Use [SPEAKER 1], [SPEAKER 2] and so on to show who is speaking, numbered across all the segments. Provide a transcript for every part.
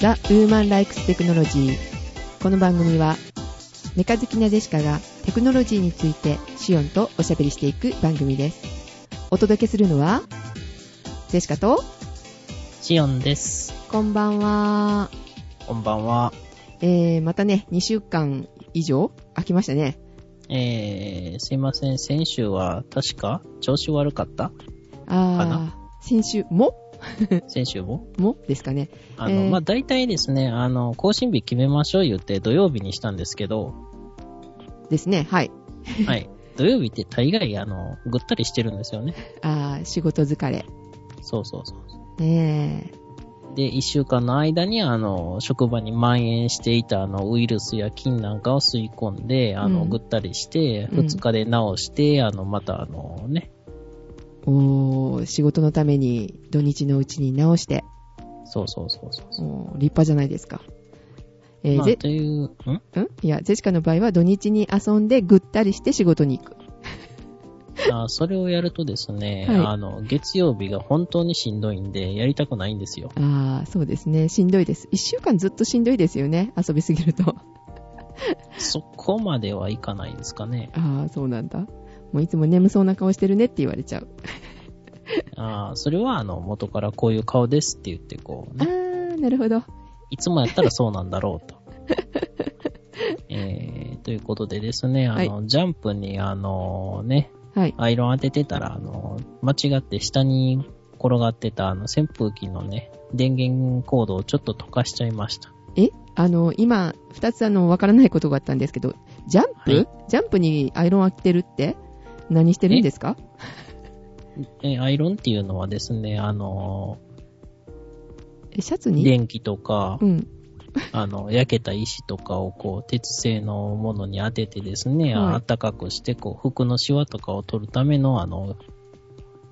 [SPEAKER 1] ザ・ウーマン・ライクス・テクノロジー。この番組は、メカ好きなジェシカがテクノロジーについてシオンとおしゃべりしていく番組です。お届けするのは、ジェシカと、
[SPEAKER 2] シオンです。
[SPEAKER 1] こんばんは。
[SPEAKER 2] こんばんは。
[SPEAKER 1] えー、またね、2週間以上空きましたね。
[SPEAKER 2] えー、すいません。先週は確か調子悪かったか
[SPEAKER 1] あ
[SPEAKER 2] な
[SPEAKER 1] ー、先週も
[SPEAKER 2] 先週も
[SPEAKER 1] もですかね。
[SPEAKER 2] あの、
[SPEAKER 1] えー
[SPEAKER 2] まあ、大体ですね、あの、更新日決めましょう言って土曜日にしたんですけど、
[SPEAKER 1] ですね、はい。
[SPEAKER 2] はい。土曜日って大概、あの、ぐったりしてるんですよね。
[SPEAKER 1] あー、仕事疲れ。
[SPEAKER 2] そうそうそう。
[SPEAKER 1] ね
[SPEAKER 2] で、一週間の間に、あの、職場に蔓延していた、あの、ウイルスや菌なんかを吸い込んで、あの、
[SPEAKER 1] うん
[SPEAKER 2] ぐったりして、
[SPEAKER 1] うん
[SPEAKER 2] 二日で治して、あの、また、あの、ね、
[SPEAKER 1] え。おー、仕事のために土日のうちに直して、
[SPEAKER 2] そうそうそうそうそう。
[SPEAKER 1] おー立派じゃないですか。えー
[SPEAKER 2] まあ、
[SPEAKER 1] ぜ
[SPEAKER 2] という、ん
[SPEAKER 1] んいや、ジェシカの場合は土日に遊んでぐったりして仕事に行く。
[SPEAKER 2] あそれをやるとですね、
[SPEAKER 1] はい
[SPEAKER 2] あの、月曜日が本当にしんどいんで、やりたくないんですよ。
[SPEAKER 1] ああ、そうですね。しんどいです。一週間ずっとしんどいですよね。遊びすぎると。
[SPEAKER 2] そこまではいかないですかね。
[SPEAKER 1] ああ、そうなんだ。もういつも眠そうな顔してるねって言われちゃう。
[SPEAKER 2] あそれは、あの、元からこういう顔ですって言って、こう
[SPEAKER 1] あ
[SPEAKER 2] ね、
[SPEAKER 1] あ、なるほど。
[SPEAKER 2] いつもやったらそうなんだろうと。 えー、ということでですね、あの、ジャンプに、あの、ね、
[SPEAKER 1] はい。
[SPEAKER 2] アイロン当ててたら、あの、間違って下に転がってた、あの、扇風機のね、電源コードをちょっと溶かしちゃいました。
[SPEAKER 1] えあの、今、二つあの、わからないことがあったんですけど、ジャンプ、
[SPEAKER 2] はい
[SPEAKER 1] ジャンプにアイロン当てるって何してるんですか
[SPEAKER 2] えーアイロンっていうのはですね、あの、
[SPEAKER 1] えシャツに
[SPEAKER 2] 電気とか
[SPEAKER 1] う、ん。
[SPEAKER 2] あの、焼けた石とかをこう、鉄製のものに当ててですね、
[SPEAKER 1] はい
[SPEAKER 2] あ暖かくして、こう、服のシワとかを取るための、あの、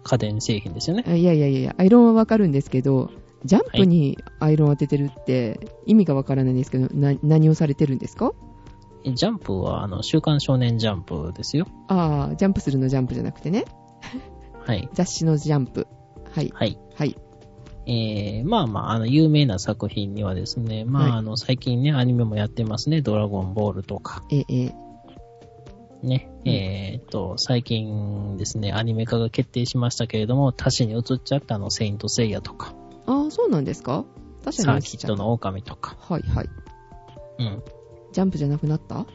[SPEAKER 2] 家電製品ですよね。
[SPEAKER 1] あいやいやいやいや、アイロンはわかるんですけど、ジャンプにアイロン当ててるって意味がわからないんですけど、な何をされてるんですか
[SPEAKER 2] えジャンプは、あの、週刊少年ジャンプですよ。
[SPEAKER 1] ああ、ジャンプするのジャンプじゃなくてね、
[SPEAKER 2] はい。
[SPEAKER 1] 雑誌のジャンプ。はい、
[SPEAKER 2] はい。
[SPEAKER 1] はい。
[SPEAKER 2] えー、まあまあ、あの、有名な作品にはですね、ま
[SPEAKER 1] はい
[SPEAKER 2] あ、あの、最近ね、アニメもやってますね、ドラゴンボールとか、
[SPEAKER 1] ええ、
[SPEAKER 2] ね、えーっと、最近ですね、アニメ化が決定しましたけれども、他誌に移っちゃったあの、セイントセイヤとか、
[SPEAKER 1] ああ、そうなんですか確
[SPEAKER 2] サ
[SPEAKER 1] かに
[SPEAKER 2] ー
[SPEAKER 1] 落ち
[SPEAKER 2] キッ
[SPEAKER 1] ちゃ
[SPEAKER 2] ト
[SPEAKER 1] った。
[SPEAKER 2] の狼とか。
[SPEAKER 1] はいはい。
[SPEAKER 2] うん。
[SPEAKER 1] ジャンプじゃなくなった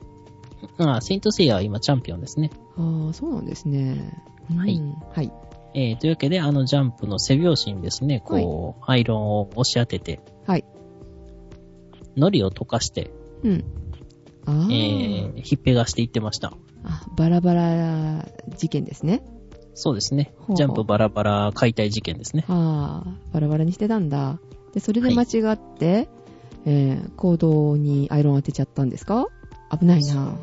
[SPEAKER 1] あ
[SPEAKER 2] あセイントセイヤは今チャンピオンですね。
[SPEAKER 1] あ、そうなんですね。うん
[SPEAKER 2] はい
[SPEAKER 1] はい。
[SPEAKER 2] えー、というわけで、あのジャンプの背拍子にですね、こう、アイロンを押し当てて、
[SPEAKER 1] はい。
[SPEAKER 2] 糊を溶かして、
[SPEAKER 1] うん。あ
[SPEAKER 2] え
[SPEAKER 1] あ、
[SPEAKER 2] ー、ひっぺがしていってました。
[SPEAKER 1] あ、バラバラ事件ですね。
[SPEAKER 2] そうですね
[SPEAKER 1] ほうほ。う
[SPEAKER 2] ジャンプバラバラ解体事件ですね。
[SPEAKER 1] ああ、バラバラにしてたんだ。で、それで間違って、えー、行動にアイロン当てちゃったんですか危ないな。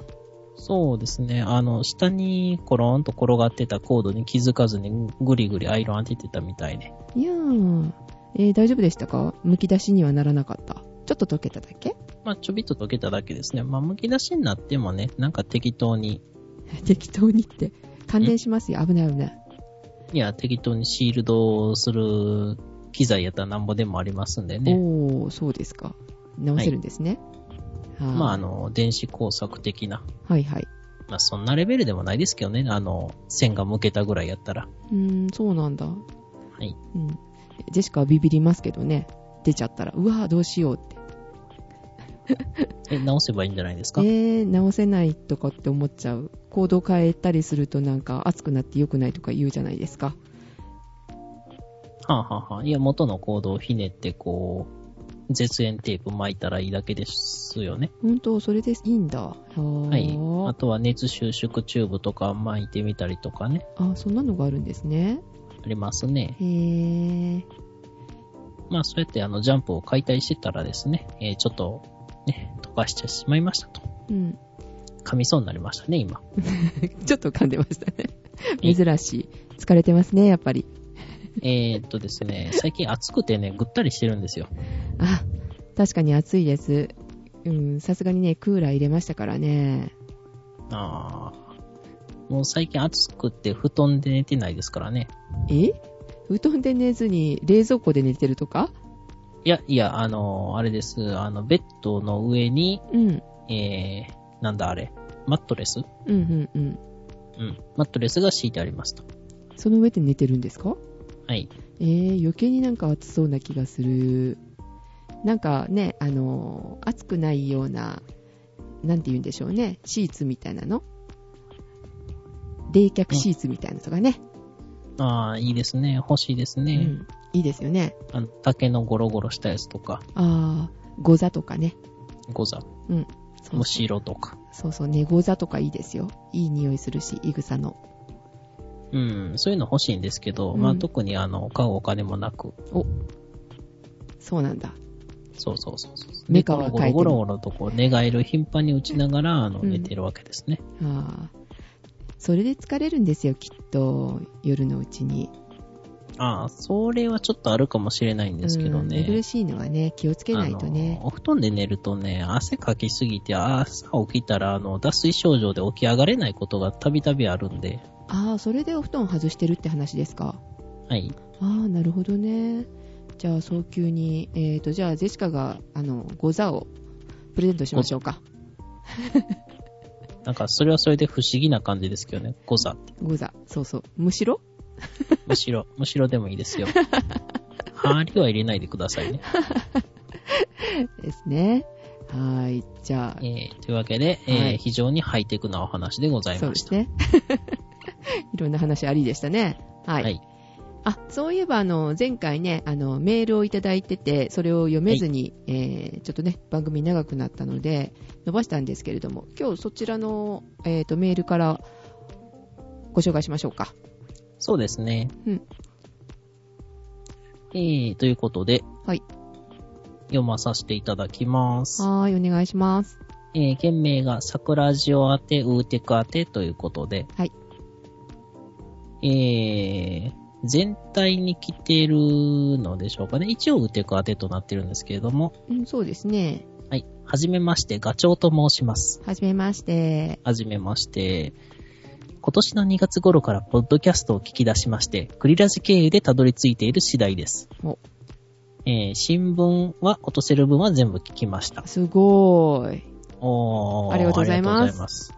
[SPEAKER 2] そうですね。あの、下にコロンと転がってたコードに気づかずにぐりぐりアイロン当ててたみたいで。
[SPEAKER 1] いやー、えー、大丈夫でしたか剥き出しにはならなかった。ちょっと溶けただけ
[SPEAKER 2] まあ、ちょびっと溶けただけですね。まあ、剥き出しになってもね、なんか適当に、
[SPEAKER 1] 適当にって。感電しますよ。危ない危ない。
[SPEAKER 2] いや、適当にシールドをする機材やったらなんぼでもありますんでね。
[SPEAKER 1] おー、そうですか。直せるんですね。はい、
[SPEAKER 2] まあ、あの、電子工作的な。
[SPEAKER 1] はいはい。
[SPEAKER 2] まあ、そんなレベルでもないですけどね。あの、線が向けたぐらいやったら。
[SPEAKER 1] うーん、そうなんだ。
[SPEAKER 2] はい。
[SPEAKER 1] うん。ジェシカはビビりますけどね。出ちゃったら、うわー、どうしようって。
[SPEAKER 2] え、直せばいいんじゃないですか、
[SPEAKER 1] えー、直せないとかって思っちゃう行動変えたりするとなんか熱くなって良くないとか言うじゃないですか
[SPEAKER 2] はあ、はあはあ、いや、元のコードをひねって、こう、絶縁テープ巻いたらいいだけですよね。
[SPEAKER 1] 本当それでいいんだは
[SPEAKER 2] はい。
[SPEAKER 1] ー
[SPEAKER 2] あとは熱収縮チューブとか巻いてみたりとかね。
[SPEAKER 1] あそんなのがあるんですね
[SPEAKER 2] ありますね。
[SPEAKER 1] へー
[SPEAKER 2] まあ、そうやって、あの、ジャンプを解体してたらですね、えーちょっと、ね、溶かしてしまいましたと。
[SPEAKER 1] うん、
[SPEAKER 2] 噛みそうになりましたね、今。
[SPEAKER 1] ちょっと噛んでましたね
[SPEAKER 2] え
[SPEAKER 1] 珍しい疲れてますねやっぱり
[SPEAKER 2] えーっとですね、最近暑くてね、ぐったりしてるんですよ。
[SPEAKER 1] あ確かに暑いですうんさすがにねクーラー入れましたからね
[SPEAKER 2] ああ。もう最近暑くて布団で寝てないですからね。
[SPEAKER 1] え布団で寝ずに冷蔵庫で寝てるとか
[SPEAKER 2] いいや、いや、あの、あれです。あの、ベッドの上に、
[SPEAKER 1] うん。
[SPEAKER 2] えー、なんだあれ、マットレス
[SPEAKER 1] うんうんうん。
[SPEAKER 2] うん。マットレスが敷いてありますと。
[SPEAKER 1] その上で寝てるんですか
[SPEAKER 2] はい。
[SPEAKER 1] えー、余計になんか暑そうな気がする。なんかね、あのー暑くないような、なんて言うんでしょうね、シーツみたいなの冷却シーツみたいなのとかね。
[SPEAKER 2] ああ、いいですね。欲しいです
[SPEAKER 1] う
[SPEAKER 2] ね。
[SPEAKER 1] ん。いいですよね。
[SPEAKER 2] あの、竹のゴロゴロしたやつとか、
[SPEAKER 1] あー、ゴザとかね。
[SPEAKER 2] ゴザ、
[SPEAKER 1] うん。そう
[SPEAKER 2] むしろとか。
[SPEAKER 1] そうそう、寝ゴザとかいいですよ。いい匂いするし、イグサの。
[SPEAKER 2] うん。そういうの欲しいんですけど、
[SPEAKER 1] うん
[SPEAKER 2] まあ、特にあの、買うお金もなく。
[SPEAKER 1] お、そうなんだ。
[SPEAKER 2] そうそうそうそう。
[SPEAKER 1] メカは
[SPEAKER 2] ゴ
[SPEAKER 1] 変えて
[SPEAKER 2] ロ
[SPEAKER 1] る
[SPEAKER 2] ゴロゴロとこう、寝返りを頻繁に打ちながら、あの、
[SPEAKER 1] うん
[SPEAKER 2] 寝てるわけですね。
[SPEAKER 1] あーそれで疲れるんですよ、きっと。夜のうちに。
[SPEAKER 2] ああ、それはちょっとあるかもしれないんですけど
[SPEAKER 1] うん
[SPEAKER 2] ね。
[SPEAKER 1] 寝苦しいのはね、気をつけないと
[SPEAKER 2] あ
[SPEAKER 1] ね。
[SPEAKER 2] のお布団で寝るとね、汗かきすぎて、朝起きたら、あの、脱水症状で起き上がれないことがたびたびあるんで、
[SPEAKER 1] ああー、それでお布団外してるって話ですか。
[SPEAKER 2] はい。
[SPEAKER 1] ああ、なるほどね。じゃあ、早急に、えーと、じゃあ、ジェシカが、あの、ゴザをプレゼントしましょうか。
[SPEAKER 2] なんか、それはそれで不思議な感じですけどね、誤差 って。
[SPEAKER 1] ゴザ。そうそう。むしろ
[SPEAKER 2] むしろ、むしろでもいいですよ。針は入れないでくださいね。
[SPEAKER 1] ですね。はーい。じゃあ、
[SPEAKER 2] えーというわけで、えー
[SPEAKER 1] はい
[SPEAKER 2] 非常にハイテクなお話でござい
[SPEAKER 1] そう
[SPEAKER 2] ま
[SPEAKER 1] で
[SPEAKER 2] した。
[SPEAKER 1] すね。 いろんな話ありでしたね。はい。
[SPEAKER 2] はい。
[SPEAKER 1] あ、そういえば、あの、前回ね、あの、メールをいただいてて、それを読めずに、えー、ちょっとね、番組長くなったので、伸ばしたんですけれども、今日そちらの、えー、と、メールからご紹介しましょうか。
[SPEAKER 2] そうですね。
[SPEAKER 1] うん
[SPEAKER 2] えー、ということで、
[SPEAKER 1] はい。
[SPEAKER 2] 読まさせていただきます。
[SPEAKER 1] はーい、お願いします。
[SPEAKER 2] えー、件名が桜塩宛て、ウーテク宛てということで、
[SPEAKER 1] はい。
[SPEAKER 2] えー、全体に来てるのでしょうかね。一応ウーテク宛てとなってるんですけれども、
[SPEAKER 1] うん、そうですね。
[SPEAKER 2] はい。はじめまして、ガチョウと申します。
[SPEAKER 1] はじめまして。
[SPEAKER 2] はじめまして。今年の2月頃からポッドキャストを聞き出しまして、クリラジ経由でたどり着いている次第です。
[SPEAKER 1] お、
[SPEAKER 2] えー、新聞は落とせる分は全部聞きました。
[SPEAKER 1] すごーい。
[SPEAKER 2] おー
[SPEAKER 1] ありがとうございます
[SPEAKER 2] ありがとうございます。と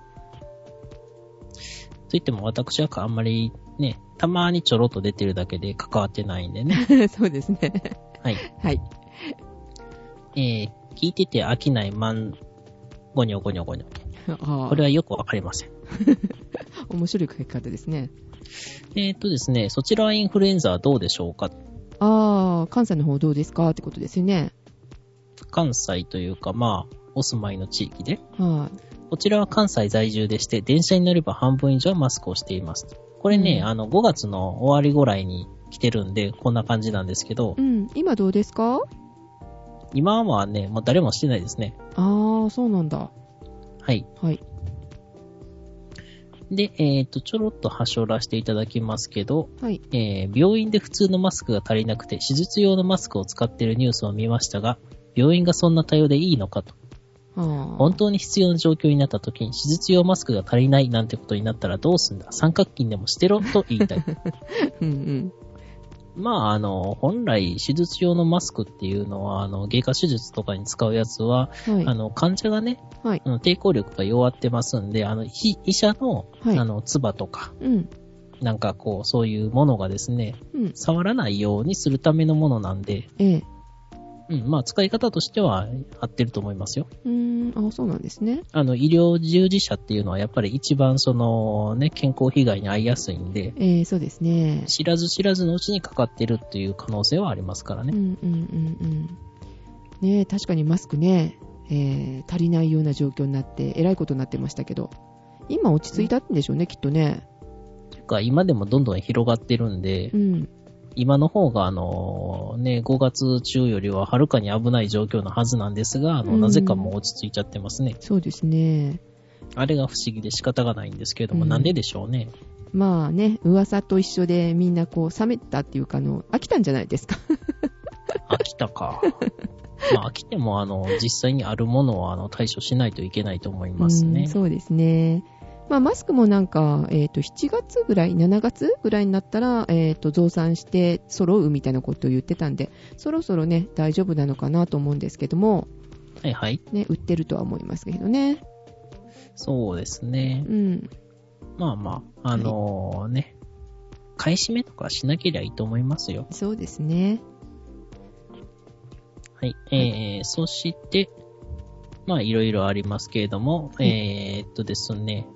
[SPEAKER 2] 言っても私はあんまりね、たまにちょろっと出てるだけで関わってないん でね。
[SPEAKER 1] そうですね。
[SPEAKER 2] はい。
[SPEAKER 1] はい。
[SPEAKER 2] えー、聞いてて飽きないまん、ごにょごにょごにょと。
[SPEAKER 1] あ
[SPEAKER 2] これ
[SPEAKER 1] あ、
[SPEAKER 2] はよくわかりません。
[SPEAKER 1] 面白い書き方ですね。
[SPEAKER 2] えー、っとですね、そちらはインフルエンザはどうでしょうか
[SPEAKER 1] ああ、関西の方どうですかってことですよね。
[SPEAKER 2] 関西というか、まあ、お住まいの地域で。
[SPEAKER 1] はい、
[SPEAKER 2] こちらは関西在住でして、電車に乗れば半分以上はマスクをしています。これね、
[SPEAKER 1] うん
[SPEAKER 2] あの、5月の終わりぐらいに来てるんで、こんな感じなんですけど、
[SPEAKER 1] うん、今どうですか
[SPEAKER 2] 今はね、もう誰もしてないですね。
[SPEAKER 1] ああ、そうなんだ。
[SPEAKER 2] はい。
[SPEAKER 1] はい。
[SPEAKER 2] で、えっ、と、ちょろっと端折らせていただきますけど、
[SPEAKER 1] はい。
[SPEAKER 2] えー病院で普通のマスクが足りなくて、手術用のマスクを使っているニュースを見ましたが、病院がそんな対応でいいのかと。
[SPEAKER 1] あー
[SPEAKER 2] 本当に必要な状況になった時に、手術用マスクが足りないなんてことになったらどうすんだ三角筋でもしてろと言い たい。
[SPEAKER 1] うん
[SPEAKER 2] まあ、あの、本来、手術用のマスクっていうのは、あの、外科手術とかに使うやつは、
[SPEAKER 1] うん。はい。
[SPEAKER 2] あの、患者がね、
[SPEAKER 1] はい
[SPEAKER 2] あの抵抗力が弱ってますんで、あの、ひ医者の、
[SPEAKER 1] はい
[SPEAKER 2] あの、唾とか、
[SPEAKER 1] うん。
[SPEAKER 2] なんかこう、そういうものがですね、
[SPEAKER 1] うん。
[SPEAKER 2] 触らないようにするためのものなんで、
[SPEAKER 1] ええ。
[SPEAKER 2] うん、まあ、使い方としては合ってると思いますよ。
[SPEAKER 1] うーん。あ、そうなんですね。
[SPEAKER 2] あの、医療従事者っていうのはやっぱり一番その、ね、健康被害に遭いやすいんで、
[SPEAKER 1] ええ、そうですね。
[SPEAKER 2] 知らず知らずのうちにかかってるっていう可能性はありますから
[SPEAKER 1] うん
[SPEAKER 2] ね。
[SPEAKER 1] うんうんうん。ねえ、確かにマスクね、ええ、足りないような状況になって、えらいことになってましたけど、今落ち着いたんでしょうね、きっとね。
[SPEAKER 2] というか、今でもどんどん広がってるんで
[SPEAKER 1] う、ん。
[SPEAKER 2] 今の方が、あの、ね、5月中よりははるかに危ない状況のはずなんですが、あの、
[SPEAKER 1] うん
[SPEAKER 2] なぜかもう落ち着いちゃってますね。
[SPEAKER 1] そうですね。
[SPEAKER 2] あれが不思議で仕方がないんですけれども、
[SPEAKER 1] うん
[SPEAKER 2] な、んででしょうね。
[SPEAKER 1] まあね、噂と一緒でみんなこう、冷めたっていうか、あの、飽きたんじゃないですか。
[SPEAKER 2] 飽き たか。まあ、飽きても、あの、実際にあるものは、あの、対処しないといけないと思います
[SPEAKER 1] うん
[SPEAKER 2] ね。
[SPEAKER 1] そうですね。まあ、マスクもなんか、えっ、と、7月ぐらい、7月ぐらいになったら、えっ、と、増産して揃うみたいなことを言ってたんで、そろそろね、大丈夫なのかなと思うんですけども、
[SPEAKER 2] はいはい。
[SPEAKER 1] ね、売ってるとは思いますけどね。
[SPEAKER 2] そうですね。
[SPEAKER 1] うん。
[SPEAKER 2] まあまあ、あのーね、買い占めとかしなければいいと思いますよ。
[SPEAKER 1] そうですね。
[SPEAKER 2] はい。えー、そして、まあ、いろいろありますけれども、えーっとですね、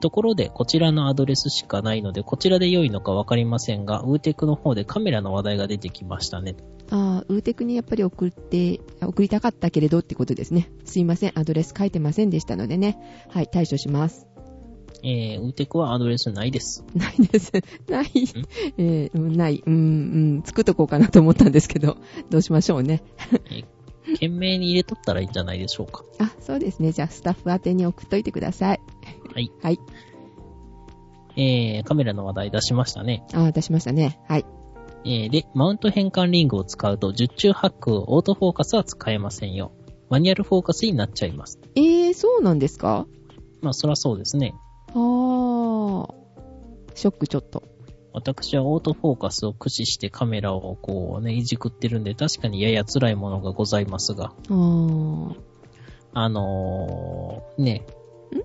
[SPEAKER 2] ところで、こちらのアドレスしかないので、こちらで良いのかわかりませんが、ウーテクの方でカメラの話題が出てきましたね。
[SPEAKER 1] ああ、ウーテクにやっぱり送って、あ送りたかったけれどってことですね。すいません、アドレス書いてませんでしたのでね。はい、対処します。
[SPEAKER 2] えー、ウーテクはアドレスない です。
[SPEAKER 1] ないです。ない。えーうんない。うん、うん、作っとこうかなと思ったんですけど、どうしましょうね。
[SPEAKER 2] えー、懸命に入れとったらいいんじゃないでしょうか。
[SPEAKER 1] あ、そうですね。じゃあ、スタッフ宛てに送っといてください。
[SPEAKER 2] はい。
[SPEAKER 1] はい。
[SPEAKER 2] えー、カメラの話題出しましたね。
[SPEAKER 1] ああ、出しましたね。はい。
[SPEAKER 2] えーで、マウント変換リングを使うと、十中八九、オートフォーカスは使えませんよ。マニュアルフォーカスになっちゃいます。
[SPEAKER 1] えー、そうなんですか
[SPEAKER 2] まあ、そらそうですね。
[SPEAKER 1] あー。ショックちょっと。
[SPEAKER 2] 私はオートフォーカスを駆使してカメラをこうね、いじくってるんで、確かにやや辛いものがございますが、
[SPEAKER 1] あー。
[SPEAKER 2] あのー、ね、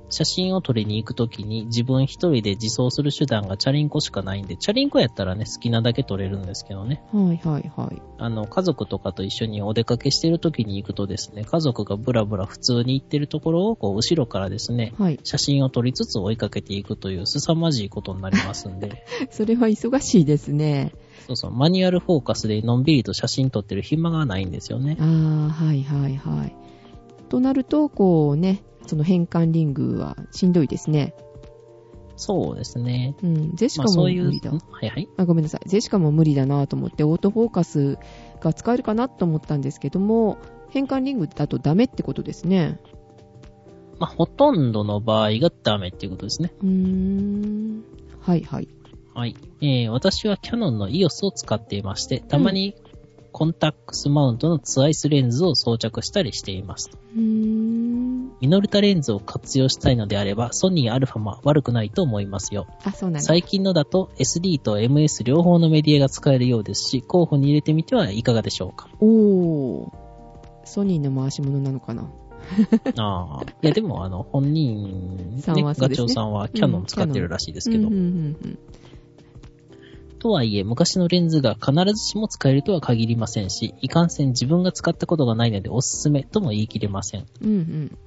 [SPEAKER 2] 写真を撮りに行くときに自分一人で自走する手段がチャリンコしかないんで、チャリンコやったらね、好きなだけ撮れるんですけどね。
[SPEAKER 1] はいはいはい。
[SPEAKER 2] あの、家族とかと一緒にお出かけしてる時に行くとですね、家族がブラブラ普通に行ってるところを、こう、後ろからですね、
[SPEAKER 1] はい。
[SPEAKER 2] 写真を撮りつつ追いかけていくという凄まじいことになります んで、
[SPEAKER 1] それは忙しいですね。
[SPEAKER 2] そうそう、マニュアルフォーカスでのんびりと写真撮ってる暇がないんですよね。
[SPEAKER 1] あー、はいはいはい。となると、こうね、その変換リングはしんどいですね。
[SPEAKER 2] そうですね。
[SPEAKER 1] うん。ジェシ
[SPEAKER 2] ま
[SPEAKER 1] カも
[SPEAKER 2] あそ
[SPEAKER 1] 無
[SPEAKER 2] ういう、
[SPEAKER 1] 理だ。
[SPEAKER 2] んはいはい。
[SPEAKER 1] あごめんなさい。ジェシカも無理だなと思って、オートフォーカスが使えるかなと思ったんですけども、変換リングだとダメってことですね。
[SPEAKER 2] まあ、ほとんどの場合がダメっていうことですね。
[SPEAKER 1] うーん。はいはい。
[SPEAKER 2] はい。えー、私はキャノンの EOS を使っていまして、たまにコンタックスマウントのツアイスレンズを装着したりしています。
[SPEAKER 1] うーん。
[SPEAKER 2] ミノルタレンズを活用したいのであれば、ソニーアルファも悪くないと思いますよ。
[SPEAKER 1] あ、そうなんだ。
[SPEAKER 2] 最近のだと SD と MS 両方のメディアが使えるようですし、候補に入れてみてはいかがでしょうか。
[SPEAKER 1] おー。ソニーの回し物なのかな
[SPEAKER 2] ああ。 いや、でも、あの、本人、ね
[SPEAKER 1] さんはそう
[SPEAKER 2] ガ
[SPEAKER 1] で
[SPEAKER 2] チ
[SPEAKER 1] すね
[SPEAKER 2] ョウさんはキャノン使ってるらしいですけど、
[SPEAKER 1] うんうんうん
[SPEAKER 2] とはいえ、昔のレンズが必ずしも使えるとは限りませんし、いかんせん自分が使ったことがないのでおすすめとも言い切れません。
[SPEAKER 1] うん。うん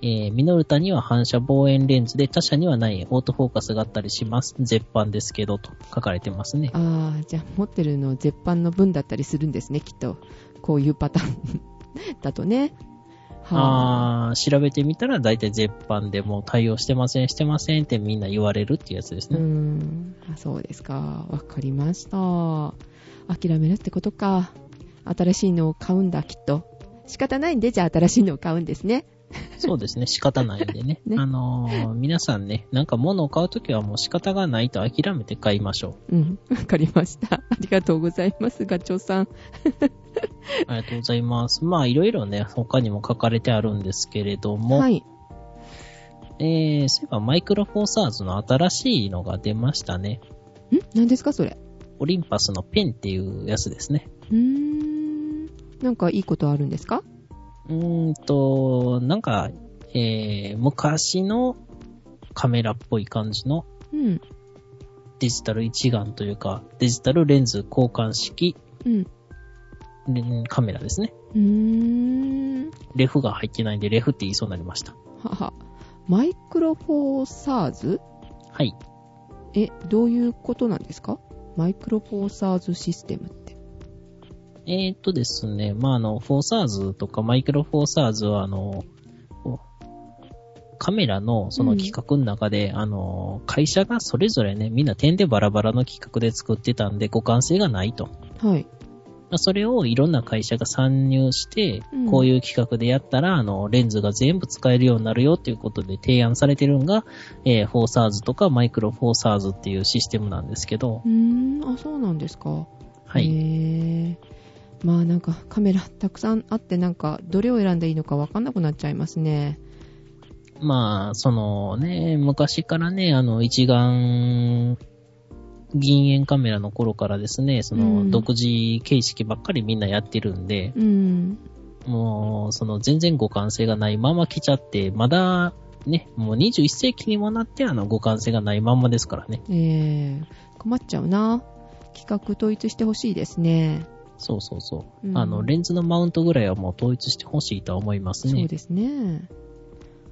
[SPEAKER 2] えーミノルタには反射望遠レンズで他社にはないオートフォーカスがあったりします。絶版ですけど、と書かれてますね
[SPEAKER 1] うん。。あー、じゃあ持ってるの絶版の分だったりするんですね、きっと。こういうパターン だとね。はあ。
[SPEAKER 2] あー調べてみたら大体絶版でもう対応してません、してませんってみんな言われるっていうやつです
[SPEAKER 1] うー
[SPEAKER 2] ね。
[SPEAKER 1] ん。あそうですか。わかりました。諦めるってことか。新しいのを買うんだ、きっと。仕方ないんで、じゃあ新しいのを買うんですね。
[SPEAKER 2] そうですね、仕方ないんでね。
[SPEAKER 1] ね
[SPEAKER 2] あのー皆さんね、なんか物を買うときはもう仕方がないと諦めて買いましょ
[SPEAKER 1] うん。わかりました。ありがとうございます、ガチョウさん。
[SPEAKER 2] う。ありがとうございます。まあ、いろいろね、他にも書かれてあるんですけれども、
[SPEAKER 1] はい。
[SPEAKER 2] えー、そういえばマイクロフォーサーズの新しいのが出ましたね。
[SPEAKER 1] ん何ですか、それ。
[SPEAKER 2] オリンパスのペンっていうやつですね。
[SPEAKER 1] うーん。なんかいいことあるんですか
[SPEAKER 2] うーんと、なんか、えー、昔のカメラっぽい感じの
[SPEAKER 1] うん。
[SPEAKER 2] デジタル一眼というか、デジタルレンズ交換式
[SPEAKER 1] うん。
[SPEAKER 2] レンカメラですね。
[SPEAKER 1] うーん。
[SPEAKER 2] レフが入ってないんで、レフって言いそうになりました。
[SPEAKER 1] はは。マイクロフォーサーズ
[SPEAKER 2] はい。
[SPEAKER 1] え、どういうことなんですかマイクロフォーサーズシステムって。
[SPEAKER 2] えー、っとですね、まあ、あの、フォーサーズとかマイクロフォーサーズは、あの、こうカメラのその企画の中で、あの、会社がそれぞれね、みんな点でバラバラの企画で作ってたんで、互換性がないと。
[SPEAKER 1] はい。
[SPEAKER 2] まあそれをいろんな会社が参入して
[SPEAKER 1] うん、
[SPEAKER 2] こういう企画でやったら、あの、レンズが全部使えるようになるよっていうことで提案されてるのが、えーフォーサーズとかマイクロフォーサーズっていうシステムなんですけど、
[SPEAKER 1] うーん、あ、そうなんですか。
[SPEAKER 2] は
[SPEAKER 1] へ
[SPEAKER 2] い。
[SPEAKER 1] ーまあなんかカメラたくさんあってなんかどれを選んでいいのかわかんなくなっちゃいますね。
[SPEAKER 2] まあ、そのね、昔からね、あの、一眼、銀塩カメラの頃からですね、そ
[SPEAKER 1] うん
[SPEAKER 2] の、独自形式ばっかりみんなやってるんで、
[SPEAKER 1] うん。
[SPEAKER 2] もう、その、全然互換性がないまま来ちゃって、まだ、ね、もう21世紀にもなって、あの、互換性がないまんまですからね。
[SPEAKER 1] ええ困っちゃうな。企画統一してほしいですね。
[SPEAKER 2] そうそうそう。
[SPEAKER 1] うん
[SPEAKER 2] あの、レンズのマウントぐらいはもう統一してほしいとは思います
[SPEAKER 1] そう
[SPEAKER 2] ね。
[SPEAKER 1] ですね。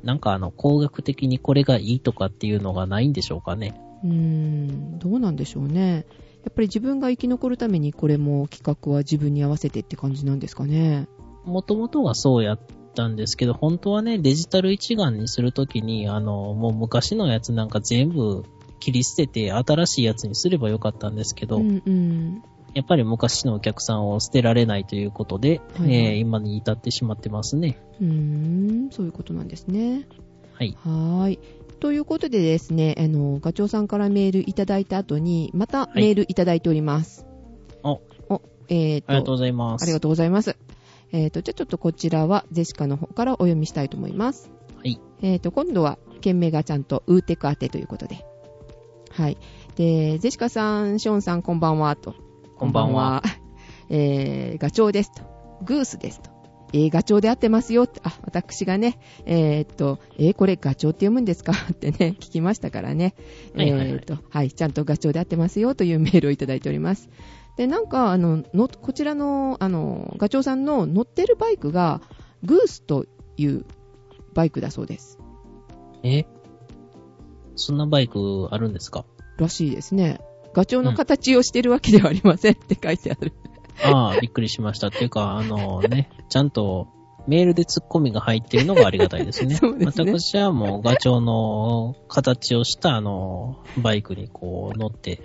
[SPEAKER 2] なんかあの、工学的にこれがいいとかっていうのがないんでしょうかね。
[SPEAKER 1] うん、どうなんでしょうね。やっぱり自分が生き残るためにこれも企画は自分に合わせてって感じなんですかね。
[SPEAKER 2] もともとはそうやったんですけど、本当はね、デジタル一眼にするときに、あの、もう昔のやつなんか全部切り捨てて新しいやつにすればよかったんですけど、
[SPEAKER 1] うんうん。
[SPEAKER 2] やっぱり昔のお客さんを捨てられないということで、
[SPEAKER 1] はいはい
[SPEAKER 2] えー今に至ってしまってますね。
[SPEAKER 1] うーん、そういうことなんですね。
[SPEAKER 2] はい。
[SPEAKER 1] はーい。ということでですね、あの、ガチョウさんからメールいただいた後に、また
[SPEAKER 2] い
[SPEAKER 1] メールいただいております。
[SPEAKER 2] お
[SPEAKER 1] お、えー
[SPEAKER 2] ありがとう
[SPEAKER 1] と、
[SPEAKER 2] ございます。
[SPEAKER 1] ありがとうございます。えーと、じゃあちょっとこちらはジェシカの方からお読みしたいと思います。
[SPEAKER 2] はい。
[SPEAKER 1] えー、と、今度は、件名がちゃんと、ウーテク当てということで。はい。で、ジェシカさん、ショーンさん、こんばんは、と。
[SPEAKER 2] こんばんは。
[SPEAKER 1] えー、ガチョウです、と。グースです、と。えー、ガチョウで合ってますよ、って。あ、私がね、えー、っと、えー、これガチョウって読むんですか ってね、聞きましたからね。
[SPEAKER 2] はいはいはい
[SPEAKER 1] えー、っと、はい、ちゃんとガチョウで合ってますよ、というメールをいただいております。で、なんか、あの、のこちらの、あの、ガチョウさんの乗ってるバイクが、グースというバイクだそうです。
[SPEAKER 2] えそんなバイクあるんです から
[SPEAKER 1] しいですね。ガチョウの形をしてるわけではありませんって書いてある。
[SPEAKER 2] ああ、びっくりしました。っていうか、あのね、ちゃんとメールで突っ込みが入っているのがありがたいですね。
[SPEAKER 1] そうですね
[SPEAKER 2] 私はもうガチョウの形をしたあの、バイクにこう乗って、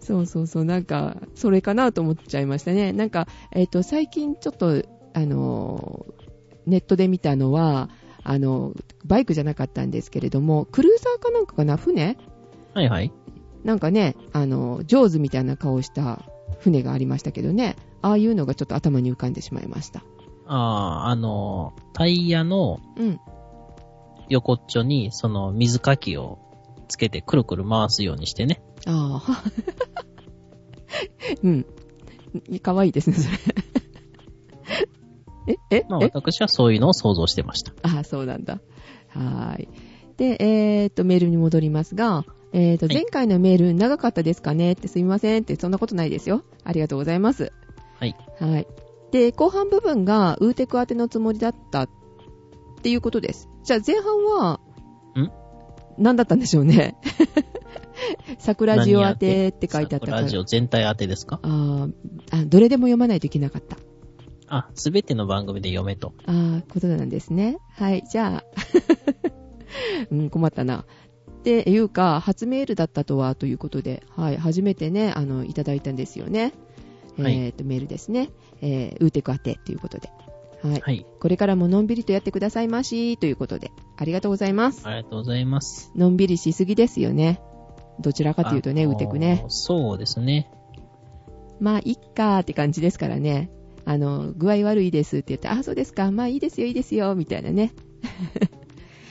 [SPEAKER 1] そうそうそう、なんか、それかなと思っちゃいましたね。なんか、えっ、と、最近ちょっと、あのー、ネットで見たのは、あの、バイクじゃなかったんですけれども、クルーザーかなんかかな、船
[SPEAKER 2] はいはい。
[SPEAKER 1] なんかね、あの、ジョーズみたいな顔した船がありましたけどね、ああいうのがちょっと頭に浮かんでしまいました。
[SPEAKER 2] ああ、あの、タイヤの
[SPEAKER 1] うん。
[SPEAKER 2] 横っちょにその水かきをつけてくるくる回すようにしてね。
[SPEAKER 1] ああ。 うん。かわいいですね、それ。 え、え、
[SPEAKER 2] まあ
[SPEAKER 1] え
[SPEAKER 2] 私はそういうのを想像してました。
[SPEAKER 1] ああ、そうなんだ。はーい。で、えーっと、メールに戻りますが、えーっと、
[SPEAKER 2] はい
[SPEAKER 1] 前回のメール長かったですかねってすみませんって、そんなことないですよ。ありがとうございます。
[SPEAKER 2] はい。
[SPEAKER 1] はい。で、後半部分がウーテク宛てのつもりだったっていうことです。じゃあ前半は、
[SPEAKER 2] ん
[SPEAKER 1] 何だったんでしょう ね。桜ジオ宛てって書いてあったから
[SPEAKER 2] ラ。ジオ全体当てですか
[SPEAKER 1] あーあ、どれでも読まないといけなかった。
[SPEAKER 2] あ、すべての番組で読めと。
[SPEAKER 1] ああ、ことなんですね。はい、じゃあ、 うん、困ったな。っていうか、初メールだったとは、ということで、はい、初めてね、あの、いただいたんですよね。
[SPEAKER 2] はい
[SPEAKER 1] えっ、と、メールですね。えー、ウーテク宛てということで。はい。
[SPEAKER 2] はい。
[SPEAKER 1] これからものんびりとやってくださいまし、ということで。ありがとうございます。
[SPEAKER 2] ありがとうございます。
[SPEAKER 1] のんびりしすぎですよね。どちらかというとね、
[SPEAKER 2] あ
[SPEAKER 1] ウ
[SPEAKER 2] の
[SPEAKER 1] ーテクね。
[SPEAKER 2] そうですね。
[SPEAKER 1] まあ、いっかーって感じですからね。あの、具合悪いですって言って、あ、そうですか、まあいいですよ、いいですよ、みたいなね。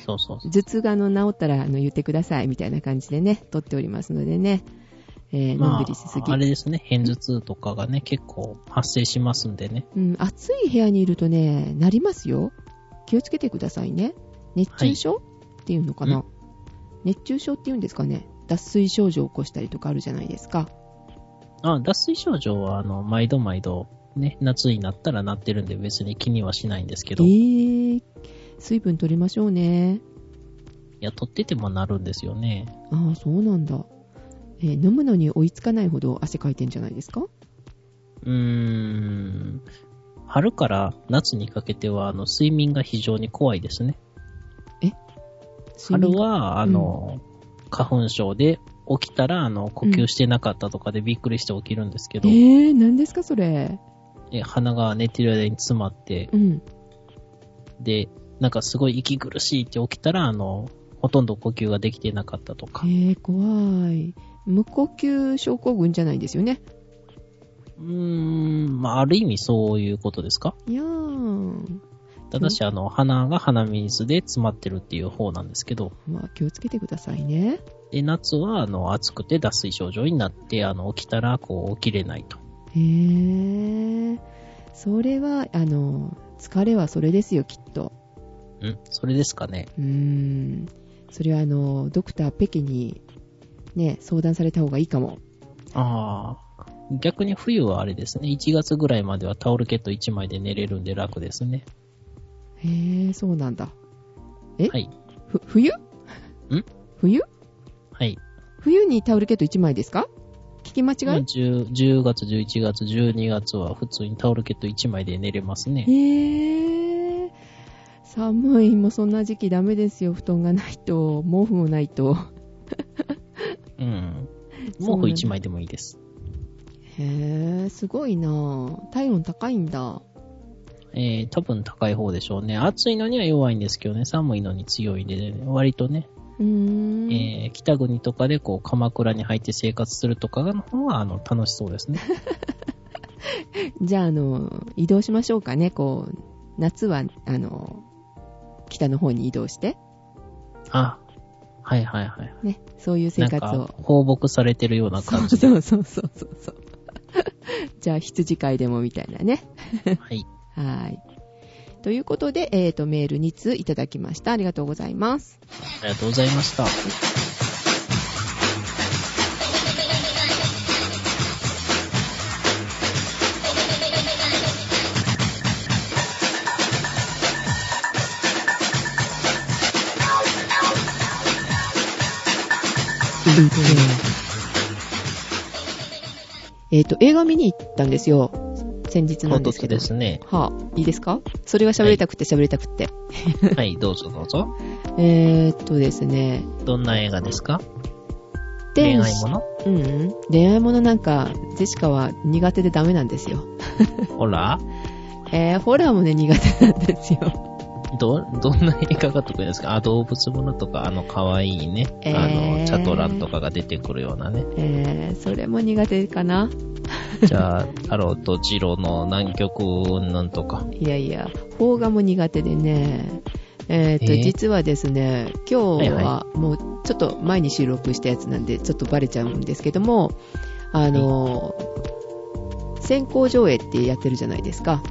[SPEAKER 2] そうそうそう。
[SPEAKER 1] 頭痛があの治ったらあの言ってくださいみたいな感じでね、撮っておりますのでね、えーのん
[SPEAKER 2] ま
[SPEAKER 1] びりしすぎ、
[SPEAKER 2] あ、あれですね、偏頭痛とかがね、結構発生しますんでね。
[SPEAKER 1] うん。暑い部屋にいるとね、なりますよ。気をつけてくださいね。熱中症、っていうのか
[SPEAKER 2] う
[SPEAKER 1] な。熱中症っていうんですかね。脱水症状を起こしたりとかあるじゃないですか。
[SPEAKER 2] あ、脱水症状は、あの、毎度毎度、ね、夏になったらなってるんで別に気にはしないんですけ
[SPEAKER 1] え
[SPEAKER 2] ど、い
[SPEAKER 1] ー、水分取りましょうね。
[SPEAKER 2] や、取っててもなるんですよね。
[SPEAKER 1] ああ、そうなんだ。えー飲むのに追いつかないほど汗かいてんじゃないですか
[SPEAKER 2] うーん、春から夏にかけては、あの、睡眠が非常に怖いですね。
[SPEAKER 1] 睡
[SPEAKER 2] 春
[SPEAKER 1] 眠
[SPEAKER 2] は、あの、花粉症で起きたら、あの、呼吸してなかったとかでびっくりして起きるんですけど、
[SPEAKER 1] えー、何ですかそれ。
[SPEAKER 2] え鼻が寝てる間に詰まって、
[SPEAKER 1] うん。
[SPEAKER 2] で、なんかすごい息苦しいって起きたら、あの、ほとんど呼吸ができてなかったとか。
[SPEAKER 1] えー、怖い。無呼吸症候群じゃないんですよね。
[SPEAKER 2] うーん、まあ、ある意味そういうことですか
[SPEAKER 1] いやーん。
[SPEAKER 2] ただし、あの、花が鼻水で詰まってるっていう方なんですけど、
[SPEAKER 1] まあ、気をつけてくださいね。
[SPEAKER 2] で、夏は、あの、暑くて脱水症状になって、あの、起きたら、こう、起きれないと。
[SPEAKER 1] へえ。それは、あの、疲れはそれですよ、きっと。
[SPEAKER 2] うん、それですかね。
[SPEAKER 1] うーん。それは、あの、ドクターペキに、ね、相談された方がいいかも。
[SPEAKER 2] ああ。逆に冬はあれですね、1月ぐらいまではタオルケット1枚で寝れるんで楽ですね。
[SPEAKER 1] へえ、そうなんだ。え
[SPEAKER 2] はい。
[SPEAKER 1] ふ、冬ん冬
[SPEAKER 2] はい。
[SPEAKER 1] 冬にタオルケット1枚ですか聞き間違い、
[SPEAKER 2] 10, 10月、11月、12月は普通にタオルケット1枚で寝れますね。
[SPEAKER 1] へえ。寒い、もうそんな時期ダメですよ。布団がないと、毛布もないと。
[SPEAKER 2] うん。毛
[SPEAKER 1] そうなん
[SPEAKER 2] 布
[SPEAKER 1] だ
[SPEAKER 2] 1枚でもいいです。
[SPEAKER 1] へえ、すごいなぁ体温高いんだ。
[SPEAKER 2] えー、多分高い方でしょうね。暑いのには弱いんですけどね、寒いのに強いんで、ね、割とね、
[SPEAKER 1] うーん。
[SPEAKER 2] えー、北国とかでこう、鎌倉に入って生活するとかの方は、あの、楽しそうで すね。
[SPEAKER 1] じゃあ、あの、移動しましょうかね。こう、夏は、あの、北の方に移動して、
[SPEAKER 2] あ、はいはいはい。
[SPEAKER 1] ね、そういう
[SPEAKER 2] な
[SPEAKER 1] 生
[SPEAKER 2] ん
[SPEAKER 1] 活を
[SPEAKER 2] か。、放牧されてるよ うな
[SPEAKER 1] そ
[SPEAKER 2] 感
[SPEAKER 1] う
[SPEAKER 2] じで。
[SPEAKER 1] そうそうそうそうそう。 じゃあ、羊飼いでもみたいなね。
[SPEAKER 2] はい。
[SPEAKER 1] はい。ということで、えっ、と、メール2通いただきました。ありがとうございます。
[SPEAKER 2] ありがとうございました。
[SPEAKER 1] えっ、と、映画見に行ったんですよ。先日な
[SPEAKER 2] 唐
[SPEAKER 1] んですけ
[SPEAKER 2] 突
[SPEAKER 1] ど。。
[SPEAKER 2] ですね
[SPEAKER 1] はあ、いいですかそれは喋りたくて喋りたくて。
[SPEAKER 2] はい、どうぞどうぞ。
[SPEAKER 1] えーっとですね。
[SPEAKER 2] どんな映画ですか恋
[SPEAKER 1] 天
[SPEAKER 2] 愛もの
[SPEAKER 1] うんうん。恋愛ものなんか、ジェシカは苦手でダメなんですよ。
[SPEAKER 2] ほら、
[SPEAKER 1] えー、ホラーもね、苦手なんですよ。
[SPEAKER 2] ど、どんな映画が得意ですかあ、動物ものとか、あの、可愛いね。
[SPEAKER 1] えー
[SPEAKER 2] あの、チャトランとかが出てくるようなね。
[SPEAKER 1] えー、それも苦手かな。
[SPEAKER 2] じゃあ、太郎とジロの南極なんとか。
[SPEAKER 1] いやいや、邦画も苦手でね。えーっと、
[SPEAKER 2] えー
[SPEAKER 1] 実はですね、今日
[SPEAKER 2] はい
[SPEAKER 1] はもうちょっと前に収録したやつなんで、ちょっとバレちゃうんですけども、あのー、先行上映ってやってるじゃないですか。